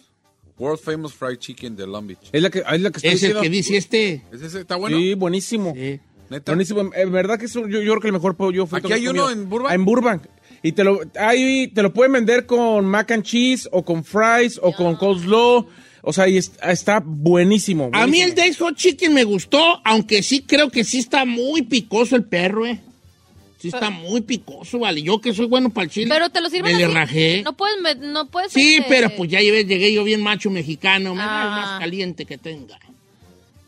C: World Famous Fried Chicken de Long Beach.
D: Es la que, es la que estoy
B: Es el
D: diciendo.
B: que dice este.
C: ¿Es ese? ¿Está bueno?
D: Sí, buenísimo.
B: Sí.
C: Neta.
D: Buenísimo. En- En verdad que es un- yo, yo creo que el mejor pollo yo
C: ¿Aquí hay uno en Burbank?
D: En Burbank. Y te lo, ahí te lo pueden vender con mac and cheese o con fries o con coleslaw. O sea, y es- está buenísimo.
B: A mí el
D: buenísimo.
B: Days Hot Chicken me gustó, aunque sí creo que sí está muy picoso el perro, eh. Sí está muy picoso, vale. Yo que soy bueno para el chile.
A: Pero te lo sirven
B: Me le
A: así.
B: rajé.
A: No puedes, me- no puedes.
B: sí,
A: este,
B: pero pues ya llegué, llegué yo bien macho mexicano. Me da el
A: Ah.
B: más caliente que tenga.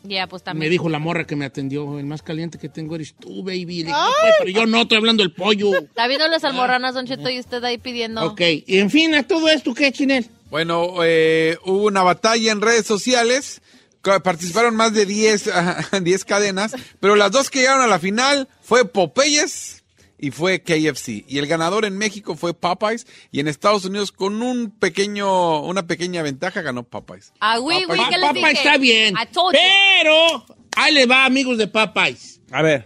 A: Ya, pues
B: Me
A: también.
B: dijo la morra que me atendió, el más caliente que tengo eres tú, baby. Le dije, "No, pues, pero yo no, estoy hablando del pollo.
A: Está viendo las almorranas, Don Cheto, y usted ahí pidiendo.
B: "Ah, Ok, y en fin, a todo esto, ¿qué, Chinel?
C: Bueno, eh, hubo una batalla en redes sociales. co- Participaron más de 10, ajá, 10 cadenas, pero las dos que llegaron a la final fue Popeyes y fue KFC. Y el ganador en México fue Popeyes y en Estados Unidos con un pequeño, una pequeña ventaja ganó Popeyes.
A: Ah, güey, güey,
B: Pa-
A: ¿qué les
B: Popeyes
A: dije?
B: está bien,
A: I told you.
B: pero ahí le va, amigos de Popeyes.
D: A ver.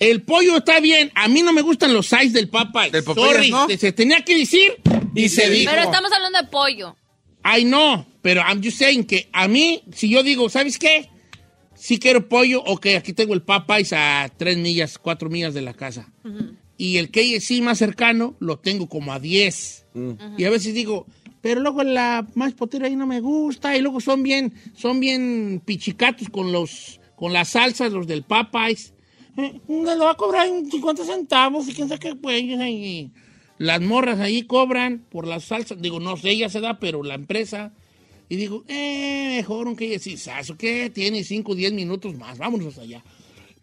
B: El pollo está bien. A mí no me gustan los size del Popeye.
C: Del Popeyes,
B: Sorry,
C: ¿no?
B: te- se tenía que decir y se dijo.
A: Pero estamos hablando de pollo.
B: Ay, no. Pero I'm just saying que a mí, si yo digo, ¿sabes qué? Si quiero pollo, ok, aquí tengo el Popeyes a tres millas, cuatro millas de la casa. Y el KFC más cercano lo tengo como a 10. Y a veces digo, pero luego la más potera ahí no me gusta. Y luego son bien, son bien pichicatos con los, con las salsas, los del Popeyes. Eh, Me lo va a cobrar en 50 centavos y quién sabe qué güeyes ahí. Las morras ahí cobran por las salsas. Digo, no sé, ya se da, pero la empresa. Y digo, eh, mejor un KFC. ¿Saso qué? Tiene 5 o 10 minutos más. Vámonos allá.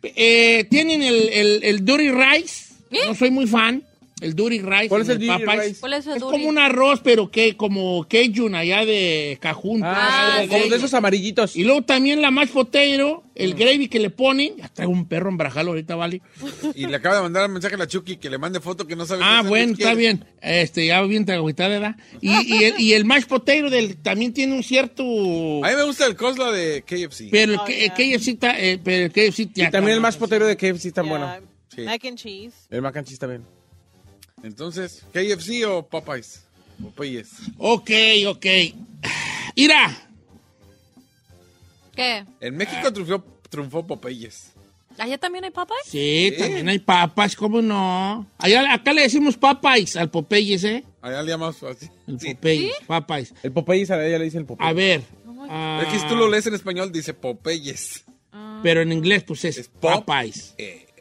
B: Eh, tienen el, el, el Dirty Rice. No soy muy fan. El Duri Rice.
D: ¿Cuál es el
B: en
D: Duri
B: Popeyes.
D: Rice?
I: ¿Eh? ¿Cuál es el
B: Es
I: Duri?
B: como un arroz, pero que como Cajun allá de Cajun.
D: Ah, sí, como de esos
B: amarillitos. Y luego también la más potero, el gravy que le ponen. Ya traigo un perro en Brajal ahorita, ¿vale?
D: Pues
C: Y le acaba de mandar un mensaje a la Chucky que le mande foto que no sabe.
B: Ah,
C: qué
B: bueno,
C: sándwich
B: está
C: quiere.
B: bien. Este, ya bien tragüitada, ¿verdad? Y, y el, y el mashed potato del, también tiene un cierto...
C: A mí me gusta el Cosla de KFC.
B: Pero el, que- el KFC está... eh, pero el KFC ya
D: Y también el
B: está-
D: más potero de KFC está bueno.
C: Sí.
E: Mac and cheese.
D: El mac and cheese también.
C: Entonces, ¿KFC o Popeyes? Popeyes.
B: Ok, ok. Mira,
I: ¿Qué?
C: En México triunfó, triunfó Popeyes.
I: ¿Allá también hay papas?
B: Sí, también hay papas, ¿cómo no? Allá, acá le decimos papais al Popeyes, ¿eh?
C: Allá le llamamos así.
B: El Popeyes, papais.
D: El Popeyes a ella le dice el Popeyes.
B: A ver, ah,
C: Es que si tú lo lees en español, dice Popeyes. Eh,
B: pero en inglés pues es, papais.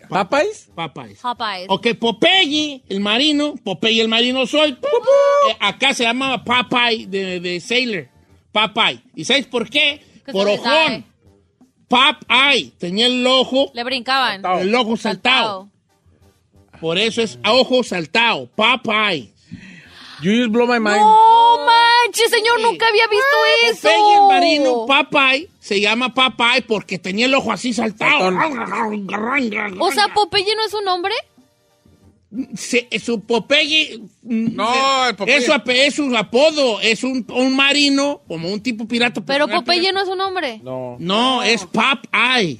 D: ¿Papais?
B: Papais.
I: Popeyes.
B: Ok, Popeye, el marino, Popeye el marino soy. Eh, acá se llama Popeye de, de Sailor, Popeye. ¿Y sabes por qué?
I: Que
B: Por
I: se les da,
B: ojón.
I: eh.
B: Popeye tenía el ojo,
I: Le brincaban.
B: el ojo saltado. Por eso es a ojo saltado, Popeye.
D: You just blow my mind.
I: ¡No manches, señor! Nunca había visto eso.
B: Popeye el marino, Popeye, se llama Popeye porque tenía el ojo así saltado.
I: O sea, Popeye no es un hombre.
B: Se- su Popeye. mm,
C: No, el Popeye.
B: Es su, ape- es su apodo. Es un, un marino, como un tipo pirata.
I: Pero
B: una
I: Popeye
B: pirata.
I: no es un hombre.
D: No.
B: No, es Popeye.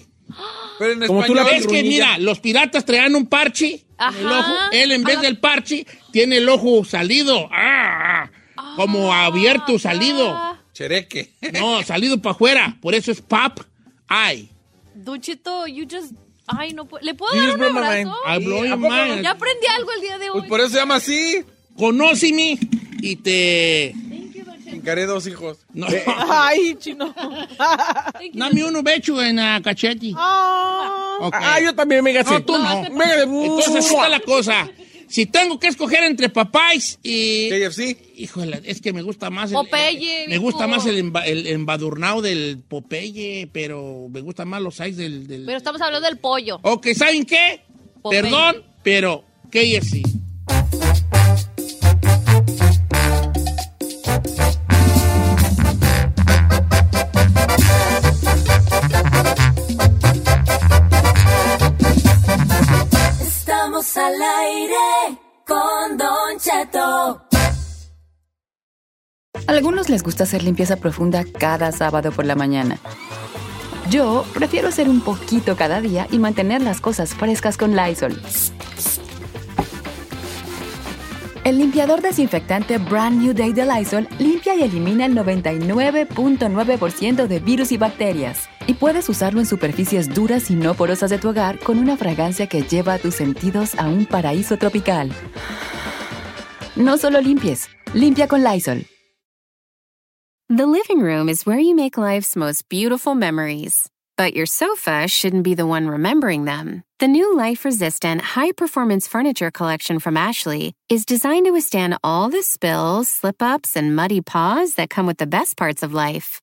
C: Pero en
D: Como tú la
C: español.
B: Es que mira, los piratas traían un parche en el
I: Ajá. Ah.
B: ojo. Él, en vez del parche, tiene el ojo salido. Ah, ah, como abierto, salido.
I: ah.
C: Chereque.
B: No, salido para afuera. Por eso es Popeye.
I: Duchito, you just. Ay, no puedo. ¿Le puedo
D: You
I: dar un
D: just blew my
I: abrazo?
B: I blow your mind.
I: Ya aprendí algo el día de hoy.
C: Pues por eso se llama así.
B: Conóceme y te.
C: Encaré dos hijos.
B: No,
E: Ay, chino.
B: dame uno becho en la cachete.
E: Ah.
B: Ok.
D: Ah, yo también me gasté.
B: No, tú no.
D: Mega de-
B: Entonces, así está la cosa. Si tengo que escoger entre papáis y...
C: KFC.
B: Híjole, es que me gusta más el...
I: Popeye,
B: eh, me gusta
I: mijo.
B: más el, emba- el embadurnado del Popeye, pero me gusta más los seis del... del-
I: Pero estamos hablando del pollo.
B: Ok, ¿saben qué?
I: Popeye.
B: Perdón, pero KFC.
F: Estamos al aire con Don Cheto.
J: Algunos les gusta hacer limpieza profunda cada sábado por la mañana. Yo prefiero hacer un poquito cada día y mantener las cosas frescas con Lysol. El limpiador desinfectante Brand New Day de Lysol limpia y elimina el 99.9% de virus y bacterias. Y puedes usarlo en superficies duras y no porosas de tu hogar con una fragancia que lleva a tus sentidos a un paraíso tropical. No solo limpies, limpia con Lysol.
K: The living room is where you make life's most beautiful memories. But your sofa shouldn't be the one remembering them. The new life resistant, high performance furniture collection from Ashley is designed to withstand all the spills, slip ups, and muddy paws that come with the best parts of life.